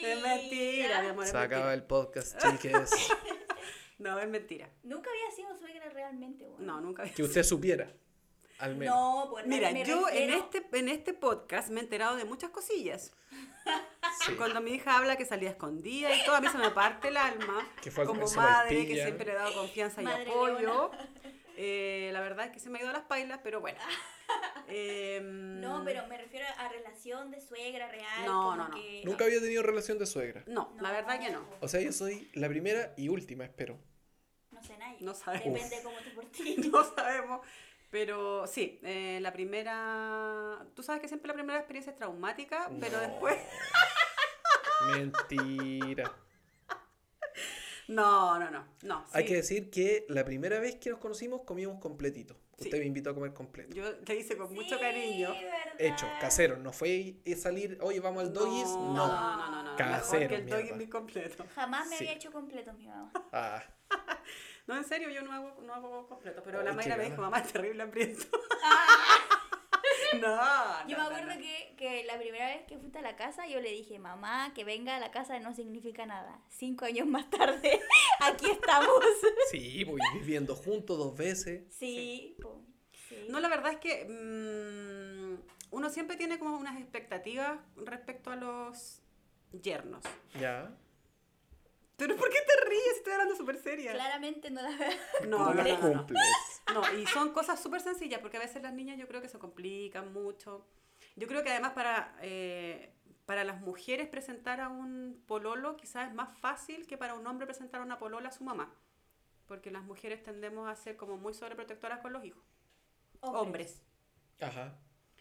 Speaker 3: Es mentira, mi amor. Es
Speaker 2: Se acaba
Speaker 3: mentira.
Speaker 2: el podcast, chiques.
Speaker 3: No, es mentira.
Speaker 1: Nunca había sido suegra realmente, weón.
Speaker 3: No, nunca.
Speaker 2: Que usted supiera. Al menos.
Speaker 1: No, pues no,
Speaker 3: Mira,
Speaker 1: me
Speaker 3: yo en
Speaker 1: refiero-
Speaker 3: este, en este podcast me he enterado de muchas cosillas.
Speaker 2: Sí.
Speaker 3: Cuando mi hija habla que salía escondida y todo, a mí se me parte el alma.
Speaker 2: Que fue a
Speaker 3: como
Speaker 2: comerse
Speaker 3: madre, que
Speaker 2: vaipilla.
Speaker 3: siempre le he dado confianza y
Speaker 1: Madre
Speaker 3: apoyo.
Speaker 1: leona.
Speaker 3: Eh, la verdad es que se me ha ido las pailas, pero bueno. Eh,
Speaker 1: No, pero me refiero a relación de suegra real.
Speaker 3: No,
Speaker 1: como
Speaker 3: no, no.
Speaker 1: que-
Speaker 2: Nunca había tenido relación de suegra.
Speaker 3: No, la verdad que no.
Speaker 2: O sea, yo soy la primera y última, espero.
Speaker 1: No sé nadie.
Speaker 3: No sabemos.
Speaker 1: Depende de cómo te portes.
Speaker 3: No sabemos. Pero sí, eh, la primera. Tú sabes que siempre la primera experiencia es traumática, pero
Speaker 2: No.
Speaker 3: después.
Speaker 2: Mentira.
Speaker 3: No, no, no. no
Speaker 2: Hay
Speaker 3: sí.
Speaker 2: que decir que la primera vez que nos conocimos comimos completito.
Speaker 3: Sí.
Speaker 2: Usted me invitó a comer completo.
Speaker 3: Yo le hice con mucho cariño.
Speaker 1: Sí, ¿verdad?
Speaker 2: Hecho, casero. No fue eh, salir, oye, vamos al Doggies. No.
Speaker 3: No, no, no, no, no,
Speaker 2: Casero,
Speaker 3: Mejor que el
Speaker 2: mierda.
Speaker 3: togging completo.
Speaker 1: Jamás me
Speaker 2: Sí.
Speaker 1: había hecho completo mi mamá.
Speaker 2: Ah,
Speaker 3: No, en serio, yo no hago, no hago completo. Pero
Speaker 2: Ay,
Speaker 3: la Mayra
Speaker 2: qué
Speaker 3: me dijo,
Speaker 2: gana.
Speaker 3: mamá, es terrible hambriento. no,
Speaker 1: Ah. Yo me
Speaker 3: no, no,
Speaker 1: acuerdo
Speaker 3: no.
Speaker 1: que, que la primera vez que fuiste a la casa, yo le dije, mamá, que venga a la casa no significa nada. Cinco años más tarde, aquí estamos.
Speaker 2: sí, voy viviendo juntos dos veces.
Speaker 1: Sí, po, sí.
Speaker 3: No, la verdad es que mm, uno siempre tiene como unas expectativas respecto a los yernos.
Speaker 2: Ya.
Speaker 3: Pero ¿por qué te ríes? Estoy hablando súper seria.
Speaker 1: Claramente no la
Speaker 3: No, no, no, no, no.
Speaker 2: cumples?
Speaker 3: No, y son cosas súper sencillas, porque a veces las niñas yo creo que se complican mucho. Yo creo que además para, eh, para las mujeres presentar a un pololo quizás es más fácil que para un hombre presentar a una polola a su mamá. Porque las mujeres tendemos a ser como muy sobreprotectoras con los hijos. Hombres.
Speaker 2: Ajá.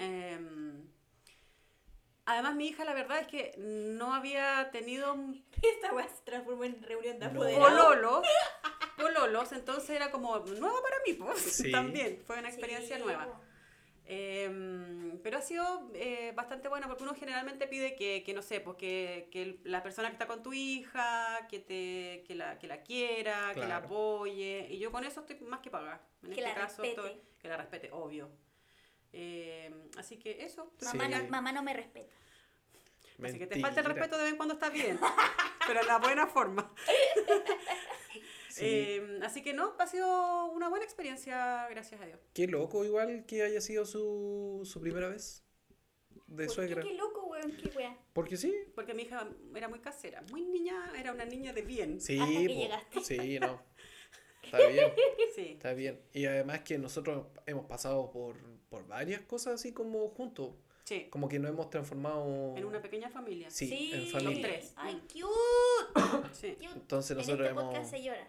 Speaker 3: Em, además mi hija la verdad es que no había tenido un
Speaker 1: Esta weá se transformó en reunión de
Speaker 2: No.
Speaker 1: apoderados.
Speaker 3: pololo, pololos, entonces era como nuevo para mí, pues,
Speaker 2: Sí.
Speaker 3: también, fue una experiencia
Speaker 1: Sí,
Speaker 3: nueva.
Speaker 1: po.
Speaker 3: Em, pero ha sido eh, bastante bueno porque uno generalmente pide que, que no sé, pues que, que el- la persona que está con tu hija, que, te, que, la, que la quiera, que la
Speaker 2: Claro.
Speaker 3: apoye. Y yo con eso estoy más que pagada. En
Speaker 1: Que la
Speaker 3: este caso,
Speaker 1: respete.
Speaker 3: estoy- que la respete, obvio. Em, así que eso.
Speaker 1: Mamá,
Speaker 2: Sí.
Speaker 1: Ah, no, mamá no me respeta.
Speaker 3: Así que te falta el
Speaker 2: Mentira.
Speaker 3: respeto de vez en cuando está bien, pero en la buena forma.
Speaker 2: Sí.
Speaker 3: Eh, así que no, ha sido una buena experiencia, gracias a Dios.
Speaker 2: Qué loco igual que haya sido su, su primera vez de
Speaker 1: ¿Por
Speaker 2: suegra.
Speaker 1: Qué, qué loco, weón, qué weá.
Speaker 2: Porque sí.
Speaker 3: Porque mi hija era muy casera, muy niña, era una niña de bien.
Speaker 2: Sí,
Speaker 1: Hasta que
Speaker 2: po.
Speaker 1: llegaste.
Speaker 2: sí, no. Está bien,
Speaker 3: Sí.
Speaker 2: está bien. Y además que nosotros hemos pasado por, por varias cosas así como juntos.
Speaker 3: Sí,
Speaker 2: Como que nos hemos transformado
Speaker 3: en una pequeña familia.
Speaker 2: Sí, en familia.
Speaker 3: los tres.
Speaker 1: Ay, cute.
Speaker 3: Sí.
Speaker 1: cute.
Speaker 2: Entonces
Speaker 1: en
Speaker 2: nosotros
Speaker 1: este podcast
Speaker 2: hemos,
Speaker 1: se llora.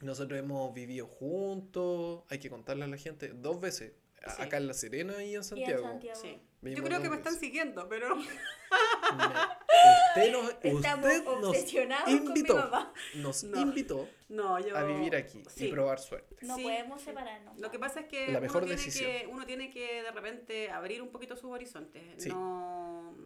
Speaker 2: nosotros hemos vivido juntos, hay que contarle a la gente, dos veces, a-
Speaker 3: Sí.
Speaker 2: acá en La Serena y en
Speaker 1: Y en
Speaker 2: Santiago.
Speaker 1: Santiago.
Speaker 3: sí. Yo
Speaker 2: Vimos
Speaker 3: creo que
Speaker 2: dos
Speaker 3: me están
Speaker 2: veces.
Speaker 3: siguiendo, pero
Speaker 2: Me- Usted nos,
Speaker 1: Estamos
Speaker 2: usted nos
Speaker 1: obsesionados
Speaker 2: invitó,
Speaker 1: con mi mamá.
Speaker 2: nos
Speaker 3: No.
Speaker 2: invitó
Speaker 3: no, yo...
Speaker 2: a vivir aquí
Speaker 3: Sí.
Speaker 2: y probar suerte.
Speaker 1: No
Speaker 3: Sí.
Speaker 1: podemos separarnos.
Speaker 3: Lo que
Speaker 1: mamá.
Speaker 3: pasa es que,
Speaker 2: La
Speaker 3: uno,
Speaker 2: mejor
Speaker 3: tiene
Speaker 2: decisión.
Speaker 3: que uno tiene que de repente abrir un poquito sus horizontes.
Speaker 2: Sí.
Speaker 3: No,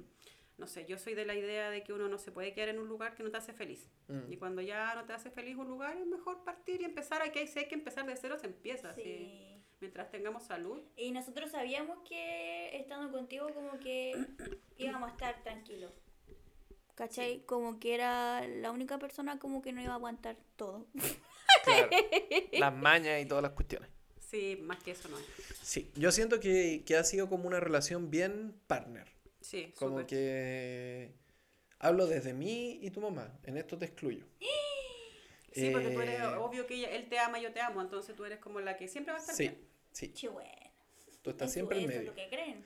Speaker 3: no sé, yo soy de la idea de que uno no se puede quedar en un lugar que no te hace feliz.
Speaker 2: Mm.
Speaker 3: Y cuando ya no te hace feliz un lugar, es mejor partir y empezar. Aquí hay, si hay que empezar de cero, se empieza. sí.
Speaker 1: Sí.
Speaker 3: Mientras tengamos salud.
Speaker 1: Y nosotros sabíamos que estando contigo como que íbamos a estar tranquilos. ¿Cachai? Como que era la única persona como que no iba a aguantar todo.
Speaker 6: Claro. Las mañas y todas las cuestiones.
Speaker 3: Sí, más que eso no es.
Speaker 2: Sí, yo siento que, que ha sido como una relación bien partner.
Speaker 3: Sí,
Speaker 2: Como
Speaker 3: súper.
Speaker 2: que hablo desde mí y tu mamá. En esto te excluyo.
Speaker 3: Sí, porque tú eres
Speaker 2: eh,
Speaker 3: obvio que ella- él te ama, yo te amo. Entonces tú eres como la que siempre va a estar
Speaker 2: Sí,
Speaker 3: bien.
Speaker 2: sí.
Speaker 1: Che, bueno.
Speaker 2: Tú estás
Speaker 1: eso-
Speaker 2: siempre en
Speaker 1: eso es
Speaker 2: medio.
Speaker 1: lo que creen.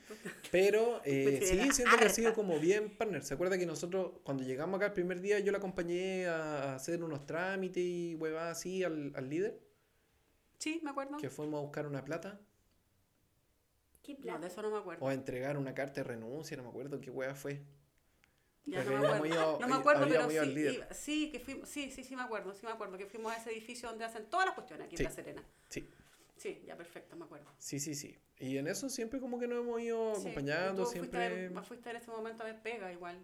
Speaker 2: Pero eh,
Speaker 3: Porque
Speaker 2: sí,
Speaker 3: era
Speaker 2: siento que ha
Speaker 3: harta.
Speaker 2: sido como bien partner. ¿Se acuerda que nosotros, cuando llegamos acá el primer día, yo la acompañé a a hacer unos trámites y huevadas así al, al líder?
Speaker 3: Sí, me acuerdo.
Speaker 2: Que fuimos a buscar una plata
Speaker 1: Qué
Speaker 3: No,
Speaker 1: plata.
Speaker 3: de eso no me acuerdo.
Speaker 2: o a entregar una carta de renuncia, no me acuerdo qué hueá fue. Porque
Speaker 3: Ya no me acuerdo.
Speaker 2: habíamos ido- eh,
Speaker 3: No me acuerdo,
Speaker 2: habíamos
Speaker 3: pero
Speaker 2: ido al
Speaker 3: sí,
Speaker 2: líder.
Speaker 3: iba- sí, que fuimos, sí, sí, sí me acuerdo, sí me acuerdo, que fuimos a ese edificio donde hacen todas las cuestiones aquí
Speaker 2: Sí.
Speaker 3: en La Serena.
Speaker 2: Sí.
Speaker 3: Sí, ya perfecto, me acuerdo.
Speaker 2: Sí, sí, sí. Y en eso siempre como que nos hemos ido
Speaker 3: Sí,
Speaker 2: acompañando,
Speaker 3: y tú fuiste a ver-
Speaker 2: siempre...
Speaker 3: fuiste en ese momento a ver Pega igual.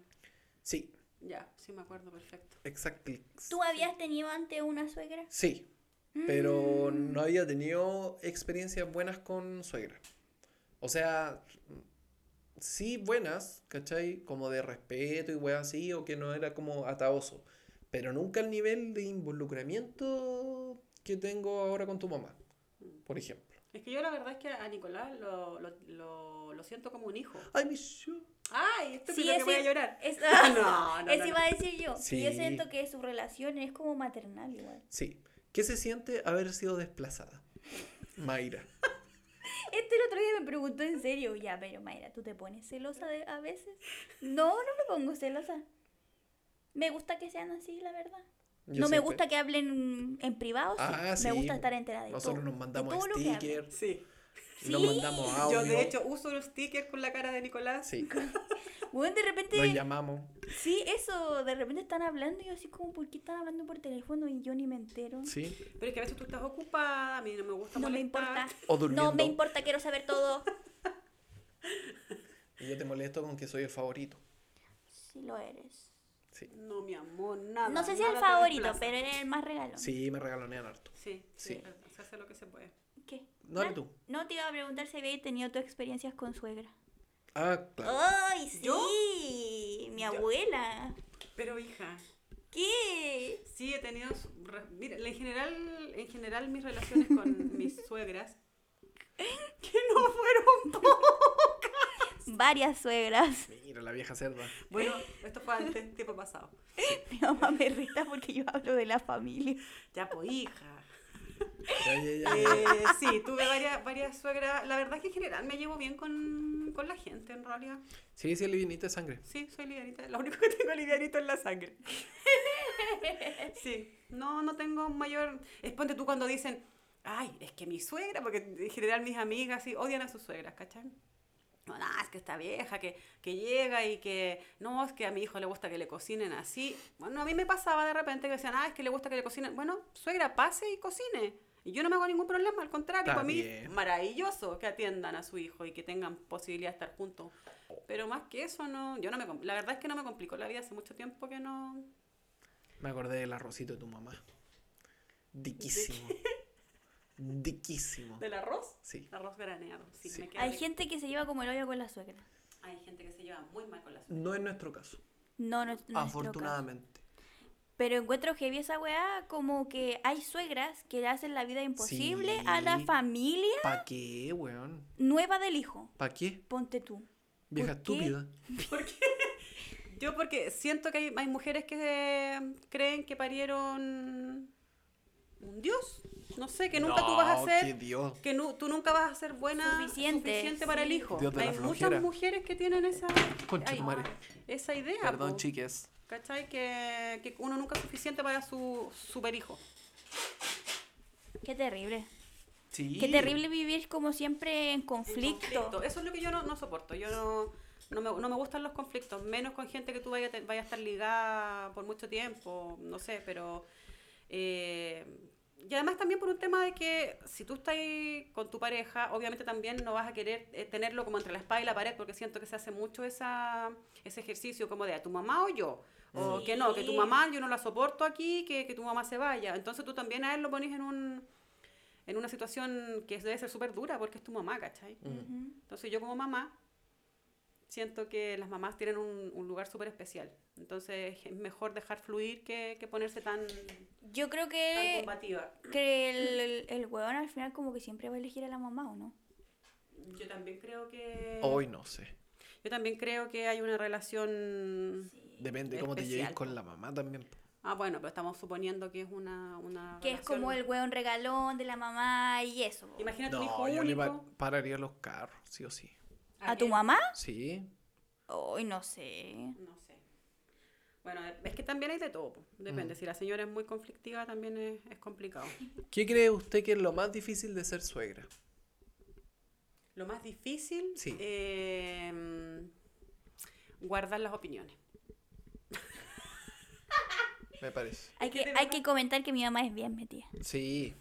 Speaker 2: Sí,
Speaker 3: Ya, sí me acuerdo, perfecto.
Speaker 2: exacto.
Speaker 1: ¿Tú habías tenido antes una suegra? Mm.
Speaker 2: Sí, pero
Speaker 3: Mm.
Speaker 2: no había tenido experiencias buenas con suegra. O sea, sí buenas, ¿cachai? Como de respeto y weas así, o que no era como ataoso. Pero nunca al nivel de involucramiento que tengo ahora con tu mamá, por ejemplo.
Speaker 3: Es que yo la verdad es que a Nicolás lo, lo, lo, lo siento como un hijo.
Speaker 2: Ay, mi shoe.
Speaker 3: ¡Ay! Esto
Speaker 1: Sí,
Speaker 3: que
Speaker 1: ese-
Speaker 3: voy a llorar.
Speaker 1: Es,
Speaker 3: No, no,
Speaker 2: Ah,
Speaker 3: no,
Speaker 1: eso
Speaker 3: no.
Speaker 1: iba a decir yo.
Speaker 2: Sí.
Speaker 1: Y yo siento que su relación es como maternal igual.
Speaker 2: Sí. ¿Qué se siente haber sido desplazada? Mayra.
Speaker 1: Este el otro día me preguntó en serio, ya, pero Mayra, ¿tú te pones celosa de- a veces? No, no me pongo celosa. Me gusta que sean así, la verdad.
Speaker 2: Yo
Speaker 1: no me
Speaker 2: siempre-
Speaker 1: gusta que hablen en privado, sí.
Speaker 2: Ah,
Speaker 1: me
Speaker 2: sí,
Speaker 1: gusta
Speaker 2: po.
Speaker 1: estar enterada de
Speaker 2: Nosotros
Speaker 1: todo,
Speaker 2: nos
Speaker 1: de
Speaker 2: mandamos
Speaker 1: todo lo que hablan.
Speaker 2: stickers,
Speaker 3: Sí.
Speaker 2: nos
Speaker 1: Sí.
Speaker 2: mandamos audio.
Speaker 3: Yo de hecho uso los stickers con la cara de Nicolás.
Speaker 2: Sí,
Speaker 1: Bueno, de
Speaker 2: nos
Speaker 1: repente,
Speaker 2: llamamos.
Speaker 1: sí, eso, de repente están hablando y yo así como, ¿por qué están hablando por teléfono y yo ni me entero?
Speaker 2: Sí.
Speaker 3: Pero es que a veces tú estás ocupada, a mí no me gusta
Speaker 1: No me
Speaker 3: molestar.
Speaker 1: importa.
Speaker 2: O
Speaker 1: No
Speaker 2: durmiendo.
Speaker 1: me importa, quiero saber todo.
Speaker 2: Y yo te molesto con que soy el favorito.
Speaker 1: Sí, lo eres.
Speaker 2: Sí.
Speaker 3: No, mi amor, nada.
Speaker 1: No sé si es el
Speaker 3: nada te
Speaker 1: favorito,
Speaker 3: desplaza.
Speaker 1: pero eres el más regalón.
Speaker 2: Sí, me regalonean harto.
Speaker 3: Sí,
Speaker 2: Sí.
Speaker 3: sí, es verdad, se hace lo que se puede.
Speaker 1: ¿Qué?
Speaker 2: Dale
Speaker 1: Ah,
Speaker 2: tú.
Speaker 1: No te iba a preguntar si habías tenido tus experiencias con suegra.
Speaker 2: Ah, claro.
Speaker 1: ¡Ay,
Speaker 3: ¿Yo?
Speaker 1: sí! Mi abuela.
Speaker 3: Pero hija,
Speaker 1: ¿Qué?
Speaker 3: sí he tenido, su- re- mira, en general, en general mis relaciones con mis suegras, que no fueron
Speaker 1: Varias suegras.
Speaker 2: Mira, la vieja cerda.
Speaker 3: Bueno, esto fue antes, tiempo pasado.
Speaker 1: Mi mamá me reta porque yo hablo de la familia.
Speaker 3: Ya, pues, hija.
Speaker 2: Ya, ya, ya, ya.
Speaker 3: Eh, sí, tuve varias, varias suegras. La verdad es que en general me llevo bien con, con la gente, en realidad.
Speaker 2: Sí, sí, el livianito de sangre.
Speaker 3: Sí, soy livianita. Lo único que tengo livianito es la sangre. Sí, no, no tengo mayor... Es ponte tú cuando dicen, ay, es que mi suegra, porque en general mis amigas sí, odian a sus suegras, ¿cachai? No, no, es que esta vieja que, que llega y que, no, es que a mi hijo le gusta que le cocinen así. Bueno, a mí me pasaba de repente que decían, ah, es que le gusta que le cocinen. Bueno, suegra, pase y cocine. Y yo no me hago ningún problema, al contrario,
Speaker 2: Está
Speaker 3: para mí
Speaker 2: bien.
Speaker 3: maravilloso que atiendan a su hijo y que tengan posibilidad de estar juntos. Pero más que eso, no, yo no me, com- la verdad es que no me complicó la vida hace mucho tiempo que no...
Speaker 2: Me acordé del arrocito de tu mamá. Diquísimo. Diquísimo.
Speaker 3: ¿Del arroz?
Speaker 2: Sí.
Speaker 3: Arroz graneado, sí.
Speaker 2: Sí.
Speaker 3: me queda
Speaker 1: Hay
Speaker 3: rico.
Speaker 1: gente que se lleva como el hoyo con la suegra.
Speaker 3: Hay gente que se lleva muy mal con la suegra.
Speaker 2: No es nuestro caso.
Speaker 1: No, no, no es loca.
Speaker 2: afortunadamente.
Speaker 1: Pero encuentro heavy esa weá, como que hay suegras que le hacen la vida imposible a la
Speaker 2: Sí.
Speaker 1: familia
Speaker 2: ¿Pa' qué, weón?
Speaker 1: nueva del hijo.
Speaker 2: ¿Pa' qué?
Speaker 1: Ponte tú.
Speaker 2: Vieja
Speaker 1: ¿Por qué?
Speaker 2: estúpida.
Speaker 3: Yo porque siento que hay, hay mujeres que eh, creen que parieron un dios. No sé, que nunca tú vas a
Speaker 2: No,
Speaker 3: ser...
Speaker 2: qué Dios.
Speaker 3: Que nu- tú nunca vas a ser buena
Speaker 1: Suficiente,
Speaker 3: suficiente, para el
Speaker 1: sí.
Speaker 3: hijo.
Speaker 2: Dios de la
Speaker 3: Hay
Speaker 2: flojera.
Speaker 3: muchas mujeres que tienen esa,
Speaker 2: Concha tu madre.
Speaker 3: esa idea.
Speaker 6: Perdón,
Speaker 3: po.
Speaker 6: chiques.
Speaker 3: ¿Cachai? Que, que uno nunca es suficiente para su super hijo.
Speaker 1: Qué terrible.
Speaker 6: Sí.
Speaker 1: Qué terrible vivir como siempre en conflicto.
Speaker 3: Eso es lo que yo no, no soporto. Yo no, no, me, no me gustan los conflictos, menos con gente que tú vayas vaya a estar ligada por mucho tiempo, no sé, pero... eh, y además también por un tema de que si tú estás ahí con tu pareja, obviamente también no vas a querer eh, tenerlo como entre la espada y la pared, porque siento que se hace mucho esa, ese ejercicio como de a tu mamá o yo. O
Speaker 1: Mm.
Speaker 3: que no, que tu
Speaker 1: Sí.
Speaker 3: mamá, yo no la soporto aquí, que, que tu mamá se vaya. Entonces tú también a él lo pones en un, en una situación que debe ser súper dura porque es tu mamá, ¿cachai?
Speaker 2: Mm.
Speaker 1: Ujú.
Speaker 3: Entonces yo como mamá siento que las mamás tienen un, un lugar súper especial. Entonces es mejor dejar fluir que, que ponerse tan, tan
Speaker 1: Yo creo que,
Speaker 3: combativa.
Speaker 1: que el, el, el weón al final como que siempre va a elegir a la mamá, ¿o no?
Speaker 3: Yo también creo que...
Speaker 2: Hoy no sé.
Speaker 3: Yo también creo que hay una relación...
Speaker 2: Depende cómo te lleves
Speaker 3: Especial,
Speaker 2: con
Speaker 3: po.
Speaker 2: la mamá también. po.
Speaker 3: Ah, bueno, pero estamos suponiendo que es una... una
Speaker 1: Que es
Speaker 3: relación-
Speaker 1: como el weón regalón de la mamá y eso. po.
Speaker 3: Imagina a tu hijo
Speaker 2: No, yo le
Speaker 3: único.
Speaker 2: pa- pararía los carros, sí o sí.
Speaker 1: ¿A tu
Speaker 3: él.
Speaker 1: mamá?
Speaker 2: Sí.
Speaker 1: Ay, no sé.
Speaker 3: No sé. Bueno, es que también hay de todo. po.
Speaker 2: Mm.
Speaker 3: Depende. Si la señora es muy conflictiva, también es, es complicado.
Speaker 2: ¿Qué cree usted que es lo más difícil de ser suegra?
Speaker 3: Lo más difícil
Speaker 2: Sí.
Speaker 3: eh, guardar las opiniones.
Speaker 2: Me parece.
Speaker 1: Hay que,
Speaker 3: de
Speaker 1: hay
Speaker 3: verdad-
Speaker 1: que comentar que mi mamá es bien metida.
Speaker 2: Sí.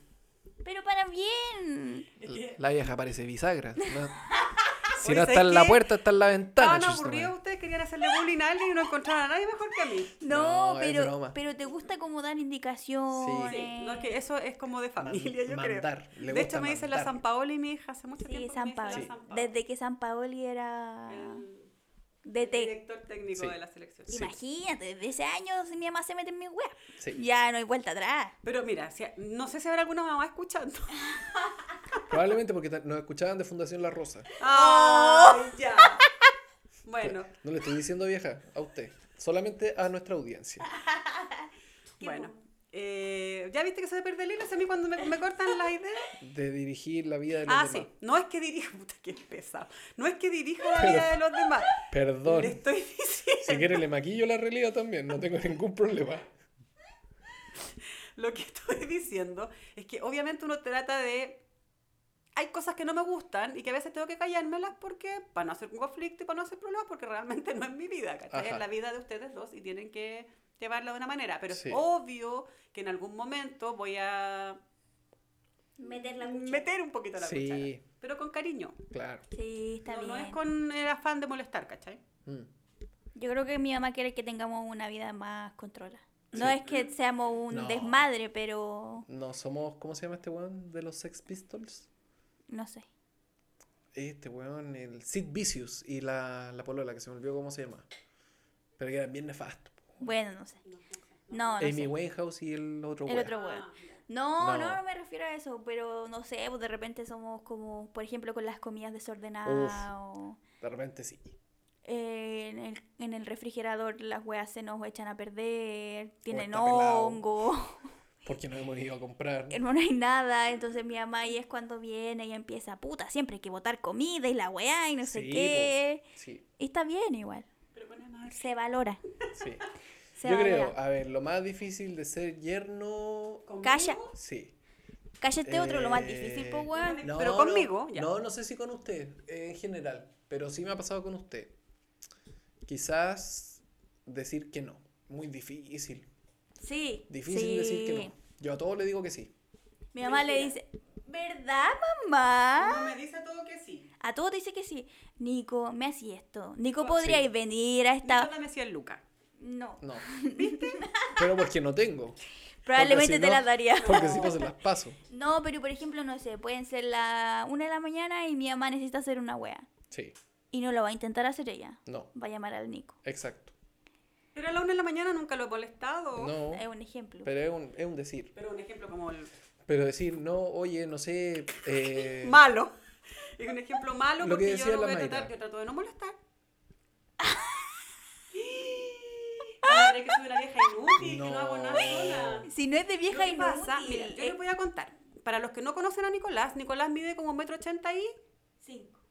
Speaker 1: Pero para bien.
Speaker 2: L- La vieja parece bisagra. No- Si
Speaker 3: Oye,
Speaker 2: no está en
Speaker 3: ¿sabes
Speaker 2: la
Speaker 3: qué?
Speaker 2: puerta, está en la ventana.
Speaker 3: Estaban
Speaker 2: chucha su
Speaker 3: aburridos
Speaker 2: madre.
Speaker 3: ustedes, querían hacerle bullying a alguien y no encontraron a nadie mejor que a mí.
Speaker 1: No,
Speaker 2: No, es
Speaker 1: pero,
Speaker 2: broma.
Speaker 1: pero te gusta como dar indicaciones.
Speaker 3: Sí, no, es que eso es como de familia, yo
Speaker 2: mandar, le
Speaker 3: creo. De
Speaker 2: gusta
Speaker 3: hecho, me dicen la
Speaker 2: mandar.
Speaker 3: San Paoli, mi hija, hace mucho
Speaker 1: Sí,
Speaker 3: tiempo. que me
Speaker 1: San
Speaker 3: dice la
Speaker 1: Paoli.
Speaker 3: San Paoli.
Speaker 1: Desde que San Paoli era
Speaker 3: El- el
Speaker 1: DT.
Speaker 3: director técnico
Speaker 2: Sí.
Speaker 3: de la selección.
Speaker 1: Imagínate, desde ese año mi mamá se mete en mi web.
Speaker 2: Sí.
Speaker 1: Ya no hay vuelta atrás.
Speaker 3: Pero mira, si- no sé si habrá alguna mamá escuchando.
Speaker 2: Probablemente porque ta- nos escuchaban de Fundación La Rosa.
Speaker 3: ¡Ay,
Speaker 1: Oh.
Speaker 3: ya! Bueno,
Speaker 2: No le estoy diciendo vieja a usted, solamente a nuestra audiencia.
Speaker 1: Qué
Speaker 3: bueno.
Speaker 1: bu-
Speaker 3: Eh, ¿Ya viste que se pierde el hilo? Si a mí cuando me, me cortan las ideas.
Speaker 2: De dirigir la vida de los
Speaker 3: Ah,
Speaker 2: demás.
Speaker 3: sí. No es que dirija. Puta, qué pesado. No es que dirija la vida de los demás.
Speaker 2: Perdón.
Speaker 3: Le estoy diciendo.
Speaker 2: Si quiere le maquillo la realidad también, no tengo ningún problema.
Speaker 3: Lo que estoy diciendo es que obviamente uno trata de. Hay cosas que no me gustan y que a veces tengo que callármelas porque para no hacer un conflicto y para no hacer problemas porque realmente no es mi vida, ¿cachai?
Speaker 2: Ajá.
Speaker 3: Es la vida de ustedes dos y tienen que llevarla de una manera. Pero
Speaker 2: Sí.
Speaker 3: es obvio que en algún momento voy a
Speaker 1: Meter la cuchara.
Speaker 3: meter un poquito la
Speaker 2: Sí.
Speaker 3: cuchara. Pero con cariño.
Speaker 2: Claro.
Speaker 1: Sí, está
Speaker 3: No,
Speaker 1: bien.
Speaker 3: no es con el afán de molestar, ¿cachai?
Speaker 2: Mm.
Speaker 1: Yo creo que mi mamá quiere que tengamos una vida más controlada. No
Speaker 2: Sí.
Speaker 1: es que seamos un
Speaker 2: No.
Speaker 1: desmadre, pero
Speaker 2: No, somos, ¿cómo se llama este weón de los Sex Pistols?
Speaker 1: no sé.
Speaker 2: Este weón, el Sid Vicious y la, la polola, que se me olvidó cómo se llama. Pero que eran bien nefastos.
Speaker 1: Bueno, no sé. No, no
Speaker 2: Amy
Speaker 1: sé.
Speaker 2: Winehouse y el otro
Speaker 1: Ah, El
Speaker 2: weón.
Speaker 1: otro huevo. No, no,
Speaker 2: No.
Speaker 1: no me refiero a eso, pero no sé, pues de repente somos como, por ejemplo, con las comidas desordenadas o
Speaker 2: De repente sí.
Speaker 1: eh, en, el, en el refrigerador las weas se nos echan a perder, tienen
Speaker 2: está pelado.
Speaker 1: hongo,
Speaker 2: Porque no hemos ido a comprar.
Speaker 1: no hay nada, entonces mi mamá ahí es cuando viene y empieza, puta, siempre hay que botar comida y la wea y no sé
Speaker 2: Sí,
Speaker 1: qué.
Speaker 2: Sí,
Speaker 1: Y está bien igual,
Speaker 3: Pero con amor.
Speaker 1: se valora,
Speaker 2: sí.
Speaker 1: se
Speaker 2: Yo
Speaker 1: valora.
Speaker 2: creo, ah, a ver, lo más difícil de ser yerno.
Speaker 3: ¿Conmigo?
Speaker 1: Calla.
Speaker 2: Sí.
Speaker 1: Calla este otro, lo más difícil,
Speaker 2: Eh,
Speaker 1: pues weón.
Speaker 3: Pero conmigo, ya.
Speaker 2: No, no sé si con usted, en general. Pero sí me ha pasado con usted. Quizás decir que no. Muy difícil.
Speaker 1: Sí.
Speaker 2: Difícil
Speaker 1: sí.
Speaker 2: decir que no. Yo a todos le digo que sí.
Speaker 1: Mi mamá le dice,
Speaker 3: Mentira.
Speaker 1: ¿verdad, mamá?
Speaker 3: Uno me dice todo que sí.
Speaker 1: A todos dice que sí. Nico, me hacía esto. Nico,
Speaker 2: Ah,
Speaker 3: Sí.
Speaker 1: ¿podríais venir a
Speaker 3: Está...
Speaker 1: esta...?
Speaker 3: me decía el Luca.
Speaker 1: No.
Speaker 2: No. Pero porque no tengo.
Speaker 1: Probablemente
Speaker 2: si
Speaker 1: te
Speaker 2: no-
Speaker 1: las daría.
Speaker 2: Porque si no se las paso.
Speaker 1: No, pero por ejemplo, no sé, pueden ser la una de la mañana y mi mamá necesita hacer una wea.
Speaker 2: Sí.
Speaker 1: Y no lo va a intentar hacer ella.
Speaker 2: No.
Speaker 1: Va a llamar al Nico.
Speaker 2: Exacto.
Speaker 3: Pero a la una de la mañana nunca lo he molestado.
Speaker 2: No.
Speaker 1: Es un ejemplo.
Speaker 2: Pero es un, es un decir.
Speaker 3: Pero un ejemplo como el
Speaker 2: Pero decir, no, oye, no sé. eh,
Speaker 3: malo. Es un ejemplo malo
Speaker 2: Lo que
Speaker 3: porque yo
Speaker 2: decía
Speaker 3: no
Speaker 2: la
Speaker 3: voy a
Speaker 2: Mayra.
Speaker 3: tratar, yo trato de no molestar. Madre, que soy una vieja inútil, que no hago nada sola.
Speaker 1: Si no es de
Speaker 3: Lo
Speaker 1: vieja
Speaker 3: que
Speaker 1: y
Speaker 3: pasa,
Speaker 1: pasa,
Speaker 3: mira, yo les voy a contar. Para los que no conocen a Nicolás, Nicolás mide como un metro ochenta y...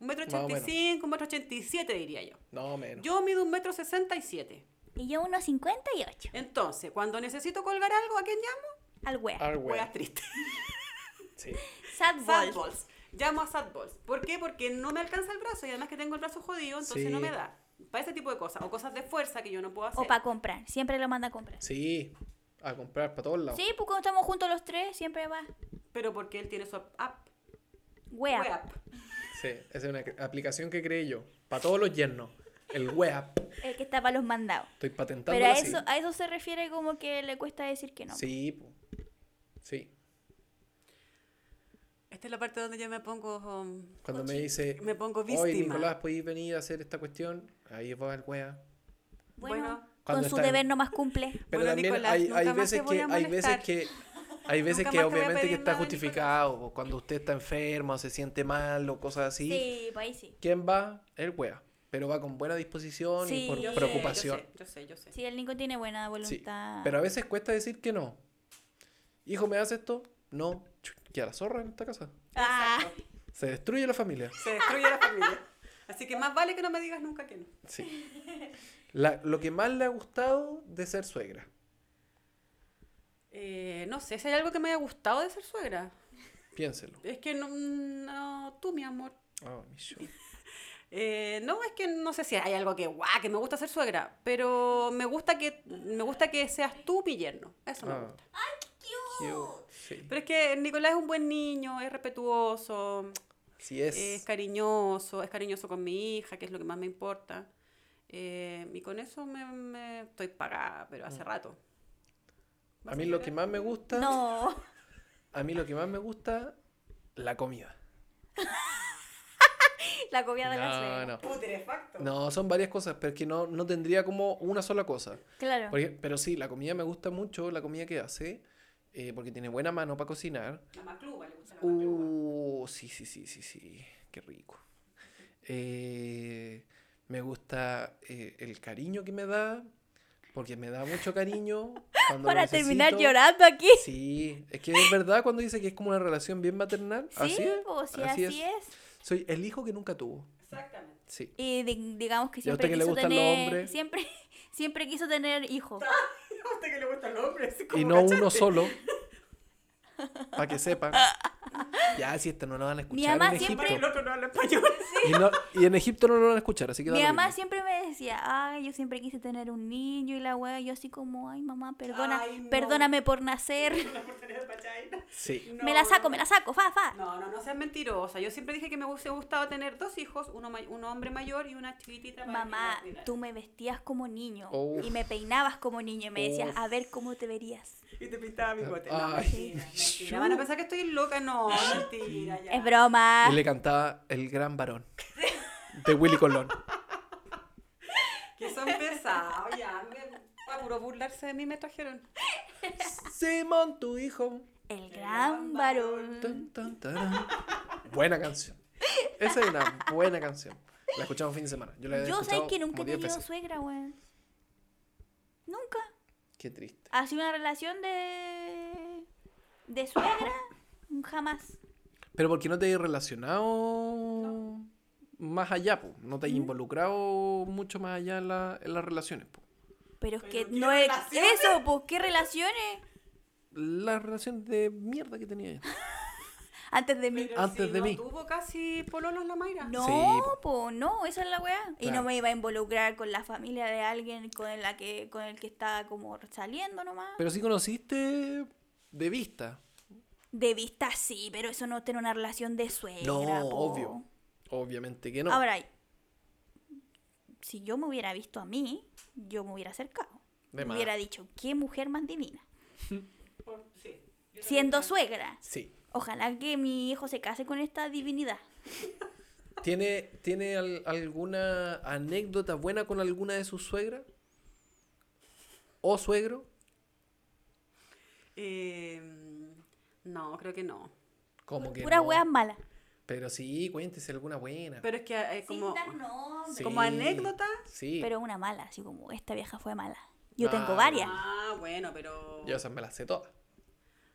Speaker 3: Un metro
Speaker 2: Más o
Speaker 3: ochenta y
Speaker 2: menos.
Speaker 3: cinco, un metro ochenta y siete diría yo.
Speaker 2: No, menos.
Speaker 3: Yo mido un metro sesenta y siete.
Speaker 1: Y yo unos 58.
Speaker 3: Entonces, cuando necesito colgar algo, ¿a quién llamo?
Speaker 1: Al wea.
Speaker 2: Ah, wea.
Speaker 3: Hueas tristes.
Speaker 2: Sí.
Speaker 1: Sad ball.
Speaker 3: Sad balls. Llamo a sad balls. ¿Por qué? Porque no me alcanza el brazo y además que tengo el brazo jodido, entonces
Speaker 2: Sí.
Speaker 3: no me da. Para ese tipo de cosas. O cosas de fuerza que yo no puedo hacer.
Speaker 1: O para comprar. Siempre lo manda a comprar.
Speaker 2: Sí. A comprar para todos lados.
Speaker 1: Sí, porque cuando estamos juntos los tres, siempre va.
Speaker 3: Pero porque él tiene su app. app,
Speaker 1: Wea.
Speaker 3: web app.
Speaker 2: Sí, esa es una cre- aplicación que creé yo. Para todos los yernos. El web.
Speaker 1: El que está para los mandados.
Speaker 2: Estoy patentando
Speaker 1: Pero a eso, a eso se refiere como que le cuesta decir que no.
Speaker 2: Sí. po. Sí.
Speaker 3: Esta es la parte donde yo me pongo. um,
Speaker 2: Cuando me dice.
Speaker 3: me pongo
Speaker 2: Oye,
Speaker 3: víctima".
Speaker 2: Nicolás, podéis venir a hacer esta cuestión. Ahí va el wea.
Speaker 1: Bueno,
Speaker 3: Bueno,
Speaker 2: cuando
Speaker 1: con su
Speaker 2: está en-
Speaker 1: deber nomás cumple.
Speaker 2: Pero
Speaker 3: Bueno,
Speaker 2: también
Speaker 3: Nicolás,
Speaker 2: hay,
Speaker 3: nunca
Speaker 2: hay
Speaker 3: más
Speaker 2: veces
Speaker 3: te voy
Speaker 2: que
Speaker 3: a
Speaker 2: hay veces
Speaker 3: molestar.
Speaker 2: que hay veces
Speaker 3: Nunca
Speaker 2: que
Speaker 3: más te voy a
Speaker 2: obviamente que
Speaker 3: pedir
Speaker 2: está
Speaker 3: nada, Nicolás.
Speaker 2: justificado, po, cuando usted está enfermo, se siente mal o cosas así.
Speaker 1: Sí, país sí.
Speaker 2: ¿Quién va? El wea, pero va con buena disposición
Speaker 1: Sí,
Speaker 2: y por
Speaker 1: yo sé,
Speaker 2: preocupación.
Speaker 3: Yo sé, yo sé. Yo sé.
Speaker 1: Sí, el Nico tiene buena
Speaker 2: Sí,
Speaker 1: voluntad.
Speaker 2: Pero a veces cuesta decir que no. Hijo, ¿me das esto? No. Chu, Que a la zorra en esta casa.
Speaker 1: Ah.
Speaker 3: Exacto.
Speaker 2: Se destruye la familia.
Speaker 3: Se destruye la familia. Así que más vale que no me digas nunca que no.
Speaker 2: Sí. La- lo que más le ha gustado de ser suegra.
Speaker 3: Eh, no sé, si hay algo que me haya gustado de ser suegra.
Speaker 2: Piénselo.
Speaker 3: Es que no, no tú, mi amor.
Speaker 2: Ah, mi show.
Speaker 3: Eh, no, es que no sé si hay algo que guau, que me gusta ser suegra, pero me gusta que me gusta que seas tú mi yerno. Eso me
Speaker 2: Ah.
Speaker 3: gusta.
Speaker 2: Yo- Sí.
Speaker 3: Pero es que Nicolás es un buen niño, es respetuoso,
Speaker 2: Así es.
Speaker 1: Eh,
Speaker 3: es cariñoso, es cariñoso con mi hija, que es lo que más me importa. Eh, y con eso me, me estoy pagada, pero hace rato.
Speaker 2: Mm. A mí lo que más me gusta.
Speaker 1: No.
Speaker 2: A mí lo que más me gusta, la comida.
Speaker 1: La comida de la
Speaker 2: No,
Speaker 1: suegra.
Speaker 2: no.
Speaker 3: Uh,
Speaker 2: No, son varias cosas, pero es que no, no tendría como una sola cosa.
Speaker 1: Claro.
Speaker 2: Por ej- pero sí, la comida me gusta mucho, la comida que hace, eh, porque tiene buena mano para
Speaker 1: Ah,
Speaker 2: cocinar.
Speaker 3: La macluba, le gusta la macluba.
Speaker 2: Uh, sí, sí, sí, sí, sí, qué rico. Eh, me gusta eh, el cariño que me da, porque me da mucho cariño. Cuando lo
Speaker 1: Para terminar
Speaker 2: necesito.
Speaker 1: llorando aquí.
Speaker 2: Sí, es que es verdad cuando dice que es como una relación bien maternal. así
Speaker 1: sí,
Speaker 2: es.
Speaker 1: pues sí,
Speaker 2: así
Speaker 1: así,
Speaker 2: es.
Speaker 1: es.
Speaker 2: Soy el hijo que nunca tuvo.
Speaker 3: Exactamente.
Speaker 2: Sí.
Speaker 1: Y di- digamos que
Speaker 2: ¿Y a
Speaker 1: siempre
Speaker 2: usted que le
Speaker 1: quiso
Speaker 2: gustan los
Speaker 1: tener.
Speaker 2: hombres?
Speaker 1: Siempre, siempre quiso tener hijos.
Speaker 2: Ah,
Speaker 3: Hasta que le gustan los hombres. así
Speaker 2: Y
Speaker 3: como
Speaker 2: no
Speaker 3: cachai.
Speaker 2: uno solo. Para que sepan. Ya, si este no lo van
Speaker 1: Mi
Speaker 2: a escuchar
Speaker 1: mamá
Speaker 2: en Egipto.
Speaker 1: siempre-
Speaker 3: El otro no habla español.
Speaker 2: Y, no- y en Egipto no lo van a escuchar, así que da
Speaker 1: Mi
Speaker 2: lo
Speaker 1: mamá
Speaker 2: mismo.
Speaker 1: siempre me decía, ay, yo siempre quise tener un niño y la wea. Yo así como, ay, mamá, perdona,
Speaker 3: Ay, no.
Speaker 1: perdóname por nacer.
Speaker 3: La oportunidad, ¿cachai? buena.
Speaker 7: Sí.
Speaker 1: Me la saco, me la saco, fa, fa.
Speaker 3: No, no, no seas mentirosa. Yo siempre dije que me hubiese gustado tener dos hijos, uno may- un hombre mayor y una chiquitita. para que
Speaker 1: Mamá,
Speaker 3: la cuidara.
Speaker 1: tú me vestías como niño
Speaker 7: Uf.
Speaker 1: y me peinabas como niño y me decías,
Speaker 7: Uf.
Speaker 1: a ver cómo te verías.
Speaker 3: Y te pintaba bigote. No,
Speaker 7: Ay.
Speaker 3: mentira, mentira. Van a pensar que estoy loca. No, mentira. Ya.
Speaker 1: Es broma.
Speaker 2: Y le cantaba El Gran Varón. De Willy Colón.
Speaker 3: Que son pesados. Ya, me, para puro burlarse de mí me trajeron.
Speaker 2: Simón, tu hijo.
Speaker 1: El gran varón.
Speaker 2: Tan, tan, tarán. Buena canción. Esa es una buena canción. La escuchamos un fin de semana. Yo la he
Speaker 1: Yo sé
Speaker 2: escuchado
Speaker 1: que
Speaker 2: como
Speaker 1: nunca he
Speaker 2: 10
Speaker 1: tenido
Speaker 2: veces.
Speaker 1: suegra, weón. Nunca.
Speaker 2: Qué triste.
Speaker 1: Así una relación de. de suegra, jamás.
Speaker 2: Pero porque no te has relacionado más allá, po. No te has involucrado mucho más allá en, la- en las relaciones, po.
Speaker 1: Pero es que
Speaker 3: ¿qué
Speaker 1: no es.
Speaker 3: relaciones?
Speaker 1: Eso, pues, ¿qué relaciones?
Speaker 2: Las relaciones de mierda que tenía ella.
Speaker 1: Antes de mí.
Speaker 3: Pero
Speaker 2: Antes
Speaker 3: si
Speaker 2: de
Speaker 3: no
Speaker 2: mí.
Speaker 3: tuvo casi pololos la Mayra.
Speaker 1: No,
Speaker 2: Sí,
Speaker 1: pues, no, esa es la weá. Y no
Speaker 2: Claro.
Speaker 1: me iba a involucrar con la familia de alguien con la que con el que estaba como saliendo nomás.
Speaker 2: Pero sí conociste de vista.
Speaker 1: De vista sí, pero eso no tiene una relación de suegra.
Speaker 2: No,
Speaker 1: po.
Speaker 2: obvio. Obviamente que no.
Speaker 1: Ahora, si yo me hubiera visto a mí, yo me hubiera acercado.
Speaker 2: De
Speaker 1: me
Speaker 2: más.
Speaker 1: hubiera dicho, qué mujer más divina.
Speaker 3: Por- sí. Yo
Speaker 1: Siendo suegra.
Speaker 2: Sí.
Speaker 1: Ojalá que mi hijo se case con esta divinidad.
Speaker 2: ¿Tiene, ¿tiene al- alguna anécdota buena con alguna de sus suegras? ¿O suegro?
Speaker 3: Eh, no, creo que no.
Speaker 2: Como que
Speaker 1: Puras
Speaker 2: no.
Speaker 1: weas malas.
Speaker 2: Pero sí, cuéntese alguna buena.
Speaker 3: Pero es que eh, como,
Speaker 1: nombre.
Speaker 2: Sí.
Speaker 3: como anécdota.
Speaker 2: Sí.
Speaker 1: Pero una mala, así como esta vieja fue mala. Yo tengo
Speaker 2: Ah.
Speaker 1: varias.
Speaker 3: Ah, bueno, pero.
Speaker 2: Yo esas me las sé todas.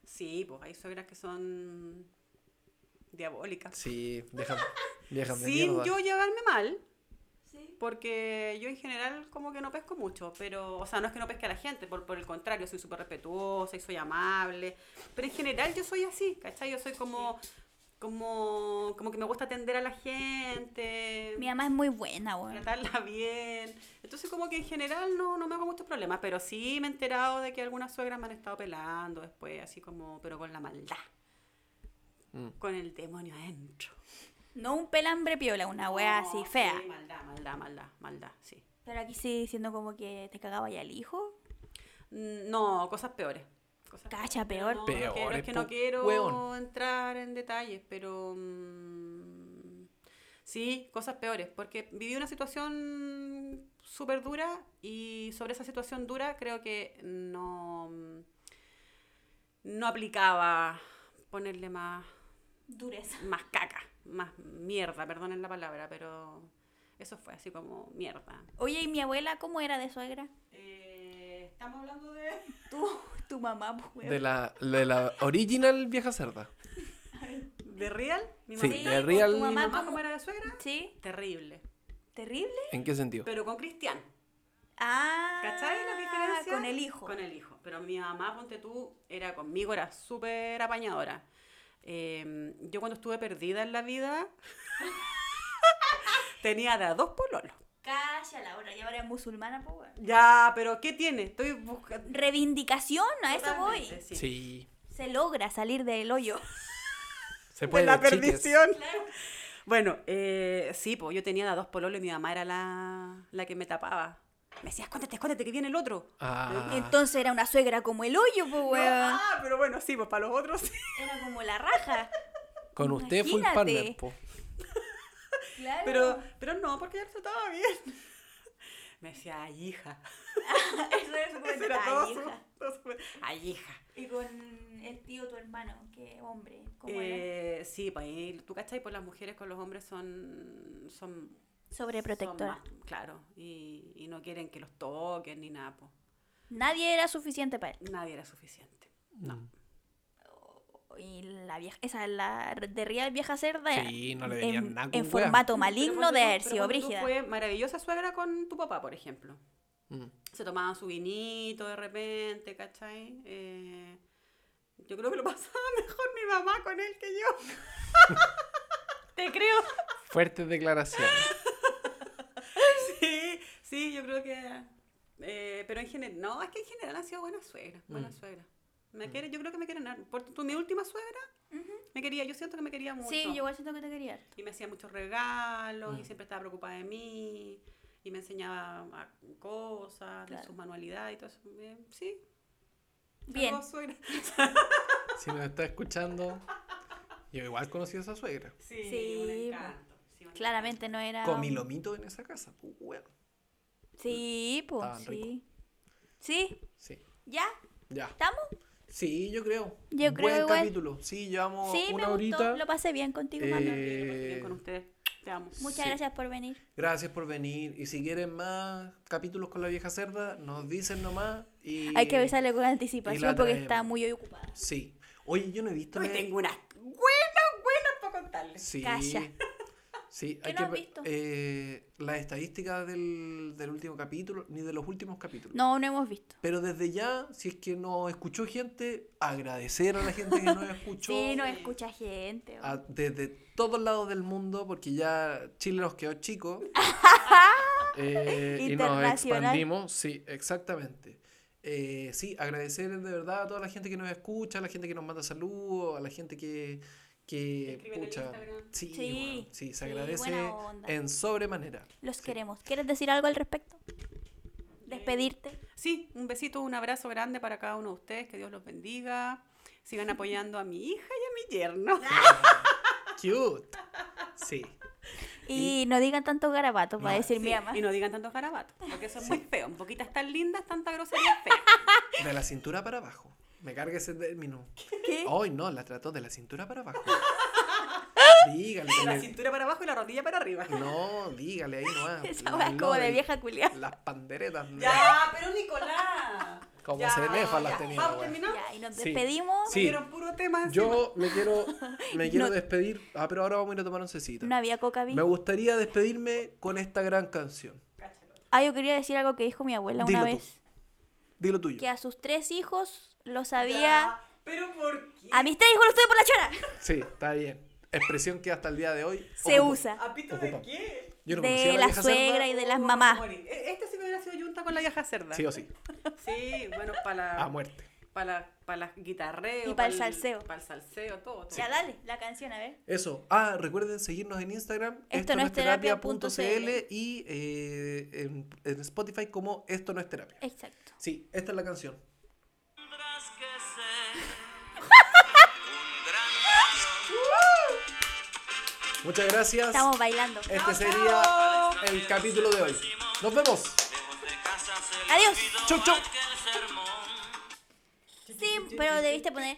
Speaker 3: Sí, pues hay suegras que son diabólicas.
Speaker 2: Sí, déjame. déjame
Speaker 3: Sin
Speaker 2: mierda.
Speaker 3: yo llevarme mal, porque yo en general como que no pesco mucho, pero, o sea, no es que no pesque a la gente, por, por el contrario, soy súper respetuosa y soy amable, pero en general yo soy así, ¿cachai? Yo soy como, como, como que me gusta atender a la gente.
Speaker 1: Mi mamá es muy buena, weón.
Speaker 3: tratarla bien. Entonces como que en general no, no me hago muchos problemas, pero sí me he enterado de que algunas suegras me han estado pelando después, así como, pero con la maldad.
Speaker 2: Mm.
Speaker 3: Con el demonio adentro.
Speaker 1: No un pelambre piola, una wea
Speaker 3: No,
Speaker 1: así fea.
Speaker 3: sí, maldad, maldad, maldad, maldad, sí.
Speaker 1: Pero aquí sí diciendo como que te cagaba ya el hijo.
Speaker 3: Mm, No, cosas peores. Cosas
Speaker 1: Cacha,
Speaker 3: peores.
Speaker 1: peor.
Speaker 3: No, no quiero, es
Speaker 2: Peores,
Speaker 3: que
Speaker 2: po,
Speaker 3: no quiero
Speaker 2: weón.
Speaker 3: entrar en detalles, pero... mm, sí, cosas peores, porque viví una situación súper dura y sobre esa situación dura creo que no... mm, No aplicaba ponerle más,
Speaker 1: Dureza.
Speaker 3: más caca, más mierda, perdonen la palabra, pero eso fue así como mierda.
Speaker 1: Oye, ¿y mi abuela cómo era de suegra?
Speaker 3: Eh, Estamos hablando de...
Speaker 1: Tú, tu mamá, pues, weón.
Speaker 2: De la, de la original vieja cerda.
Speaker 3: ¿De real? Mi
Speaker 2: Sí,
Speaker 3: mamita.
Speaker 2: de
Speaker 1: con
Speaker 2: real.
Speaker 1: tu
Speaker 3: Mi
Speaker 1: mamá.
Speaker 3: mamá como era de suegra,
Speaker 1: ¿Sí?
Speaker 3: terrible.
Speaker 1: ¿Terrible?
Speaker 2: ¿En qué sentido?
Speaker 3: Pero con Cristian.
Speaker 1: Ah.
Speaker 3: ¿Cachai la diferencia?
Speaker 1: Con el hijo.
Speaker 3: Con el hijo. Pero mi mamá, ponte tú, era conmigo, era súper apañadora. Eh, yo cuando estuve perdida en la vida, tenía de a dos pololos.
Speaker 1: Calla la hora, ya ahora es musulmana, pues, weón.
Speaker 3: Ya, pero ¿qué tiene? Estoy buscando...
Speaker 1: Reivindicación, a eso
Speaker 3: Totalmente,
Speaker 1: voy.
Speaker 3: sí.
Speaker 2: Sí.
Speaker 1: Se logra salir del hoyo.
Speaker 2: Se
Speaker 3: de
Speaker 2: puede.
Speaker 3: la
Speaker 2: chiques.
Speaker 3: perdición. Bueno, eh, sí, pues yo tenía de a dos pololos y mi mamá era la, la que me tapaba. Me decía, escóndete, escóndete, que viene el otro.
Speaker 2: Ah,
Speaker 1: Entonces era una suegra como el hoyo, pues, weón.
Speaker 3: Ah, pero bueno, sí, pues para los otros sí.
Speaker 1: Era como la raja.
Speaker 2: con usted fue
Speaker 1: imagínate.
Speaker 2: partner, po.
Speaker 1: Claro.
Speaker 3: Pero, pero no, porque ya lo trataba bien. Me decía, ay, hija.
Speaker 1: eso era su
Speaker 3: Eso era todo su- todo su- Ay, hija.
Speaker 1: Y con el tío, tu hermano, que hombre, como
Speaker 3: Eh, sí, pues ahí, tú cachai, pues las mujeres con los hombres son. son
Speaker 1: Sobreprotectora.
Speaker 3: son más- claro, y, y no quieren que los toquen ni nada, pues.
Speaker 1: Nadie era suficiente para él.
Speaker 3: Nadie era suficiente. No.
Speaker 1: Y la vieja, esa la de real vieja cerda.
Speaker 2: Sí, no le debían
Speaker 1: en,
Speaker 2: nada,
Speaker 1: en
Speaker 2: wea.
Speaker 1: formato
Speaker 3: Pero
Speaker 1: maligno
Speaker 3: ponte
Speaker 1: de
Speaker 3: tú-
Speaker 1: haber
Speaker 3: pero
Speaker 1: sido
Speaker 3: ponte tú,
Speaker 1: brígida.
Speaker 3: Fue maravillosa suegra con tu papá, por ejemplo.
Speaker 2: Mm.
Speaker 3: se tomaban su vinito de repente, ¿cachai? Eh, yo creo que lo pasaba mejor mi mamá con él que yo. Te creo.
Speaker 2: Fuertes declaraciones.
Speaker 3: Sí, sí, yo creo que... eh, pero en general, no, es que en general han sido buenas suegras, buenas
Speaker 2: Mm.
Speaker 3: suegras. Me quiere, yo creo que me quieren harto. Por tu, mi última suegra me quería, yo siento que me quería mucho.
Speaker 1: Sí, yo igual siento que te quería harto.
Speaker 3: Y me hacía muchos regalos
Speaker 1: Mm.
Speaker 3: y siempre estaba preocupada de mí y me enseñaba a- cosas, de
Speaker 1: Claro.
Speaker 3: sus manualidades y todo eso. Eh, sí.
Speaker 1: Bien.
Speaker 3: Saludos, suegra.
Speaker 2: Si nos está escuchando, yo igual conocí a esa suegra.
Speaker 3: Sí,
Speaker 1: Sí,
Speaker 3: un
Speaker 1: bueno.
Speaker 3: encanto. sí, un
Speaker 1: Claramente no era.
Speaker 2: Comí
Speaker 1: un-
Speaker 2: lomito en esa casa. Uh, bueno.
Speaker 1: Sí, pues,
Speaker 2: Estaban
Speaker 1: sí. ¿Sí?
Speaker 2: Sí,
Speaker 1: ¿Ya?
Speaker 2: ya.
Speaker 1: ¿Estamos?
Speaker 2: Sí, yo creo.
Speaker 1: Yo
Speaker 2: Buen
Speaker 1: creo igual.
Speaker 2: capítulo. Sí, llevamos
Speaker 1: Sí, me
Speaker 2: una
Speaker 1: gustó.
Speaker 2: horita.
Speaker 1: Lo pasé bien contigo, Manuel.
Speaker 3: encanto. Yo me
Speaker 2: Eh,
Speaker 3: estoy con ustedes. Te amo.
Speaker 1: Muchas
Speaker 2: sí.
Speaker 1: gracias por venir.
Speaker 2: Gracias por venir. Y si quieren más capítulos con la vieja cerda, nos dicen nomás. Y...
Speaker 1: Hay que avisarle con
Speaker 2: y la
Speaker 1: anticipación porque
Speaker 2: traemos.
Speaker 1: está muy ocupada.
Speaker 2: Sí. Oye, yo no he visto.
Speaker 3: Hoy
Speaker 2: la-
Speaker 3: tengo unas buenas, buenas para contarles.
Speaker 2: Sí.
Speaker 1: Calla.
Speaker 2: Sí,
Speaker 1: ¿Qué
Speaker 2: hay
Speaker 1: no
Speaker 2: que
Speaker 1: has
Speaker 2: ver,
Speaker 1: visto?
Speaker 2: eh, las estadísticas del, del último capítulo, ni de los últimos capítulos.
Speaker 1: No, no hemos visto.
Speaker 2: Pero desde ya, si es que nos escuchó gente, agradecer a la gente que nos escuchó.
Speaker 1: Sí, no escucha gente.
Speaker 2: a- desde todos lados del mundo, porque ya Chile nos quedó chico. Eh, y nos
Speaker 1: Internacional.
Speaker 2: expandimos, sí, exactamente. Eh, sí, agradecer de verdad a toda la gente que nos escucha, a la gente que nos manda saludos, a la gente que... que
Speaker 3: Escribe en el
Speaker 2: pucha,
Speaker 3: Instagram.
Speaker 2: sí,
Speaker 1: Sí,
Speaker 2: bueno, sí, se
Speaker 1: sí,
Speaker 2: agradece
Speaker 1: buena onda.
Speaker 2: en sobremanera.
Speaker 1: Los
Speaker 2: Sí.
Speaker 1: queremos. ¿Quieres decir algo al respecto? Despedirte.
Speaker 2: Eh,
Speaker 3: Sí, un besito, un abrazo grande para cada uno de ustedes. Que Dios los bendiga. Sigan apoyando a mi hija y a mi yerno.
Speaker 2: Cute. Sí.
Speaker 1: Y no digan tantos garabatos para decir
Speaker 3: Sí,
Speaker 1: mi mamá.
Speaker 3: Y no digan tantos garabatos, porque eso es muy feo. Un poquito tan lindas, tanta grosería es fea.
Speaker 2: De la cintura para abajo. Me carga ese término.
Speaker 1: ¿Qué?
Speaker 2: Hoy no, la trató de la cintura para abajo. dígale. que
Speaker 3: La
Speaker 2: le-
Speaker 3: cintura para abajo y la rodilla para arriba.
Speaker 2: No, dígale ahí nomás.
Speaker 1: Esa weá es como de
Speaker 2: Loden,
Speaker 1: vieja culiada.
Speaker 2: Las panderetas. ¿no?
Speaker 3: Ya, pero Nicolás.
Speaker 2: Como
Speaker 3: Ya,
Speaker 2: cenefa las
Speaker 3: ya.
Speaker 2: tenía,
Speaker 3: Vamos
Speaker 2: weón.
Speaker 3: terminando.
Speaker 1: Ya, y nos
Speaker 2: Sí.
Speaker 1: despedimos.
Speaker 2: Sí.
Speaker 3: Tuvieron puro tema encima.
Speaker 2: Yo me quiero, me quiero
Speaker 1: No-
Speaker 2: despedir. Ah, pero ahora vamos a ir a tomar oncecita.
Speaker 1: No había coca vi.
Speaker 2: Me gustaría despedirme con esta gran canción.
Speaker 1: Ah, yo quería decir algo que dijo mi abuela
Speaker 2: Dilo
Speaker 1: una
Speaker 2: tú.
Speaker 1: vez.
Speaker 2: Dilo tuyo.
Speaker 1: Que a sus tres hijos los había...
Speaker 3: Ya, Pero ¿por qué?
Speaker 1: A mis tres hijos los tuve por la chora.
Speaker 2: Sí, está bien. Expresión que hasta el día de hoy
Speaker 1: Se
Speaker 2: ocupa.
Speaker 1: usa.
Speaker 3: ¿A pito de
Speaker 2: Ocupa.
Speaker 3: qué?
Speaker 2: Yo no conocía a
Speaker 1: de
Speaker 2: la
Speaker 1: la
Speaker 2: vieja cerda.
Speaker 1: suegra y Ah. de las
Speaker 3: Oh,
Speaker 1: mamás.
Speaker 3: morí. E- Este sí me hubiera sido yunta con la vieja cerda.
Speaker 2: Sí Ah, o sí.
Speaker 3: Sí, bueno,
Speaker 2: A
Speaker 1: Ah.
Speaker 3: para la,
Speaker 2: muerte.
Speaker 3: para la, para las guitarreos.
Speaker 1: Y pa'l salseo.
Speaker 3: Para el salseo, todo. todo.
Speaker 1: Ya dale, la canción, a ver.
Speaker 2: Eso. Ah, recuerden seguirnos en Instagram.
Speaker 1: Esto no es terapia punto CL.
Speaker 2: y eh, en, en Spotify como Esto no es
Speaker 1: Eh.
Speaker 2: terapia.
Speaker 1: Exacto.
Speaker 2: Sí, esta es la canción.
Speaker 8: Tendrás que ser
Speaker 2: Muchas gracias.
Speaker 1: Estamos bailando.
Speaker 2: Este sería el capítulo de hoy. Nos vemos.
Speaker 8: lejos de casa se le
Speaker 1: Adiós.
Speaker 8: olvidó
Speaker 2: Chau, chau.
Speaker 8: aquel sermón.
Speaker 1: Sí, pero debiste poner...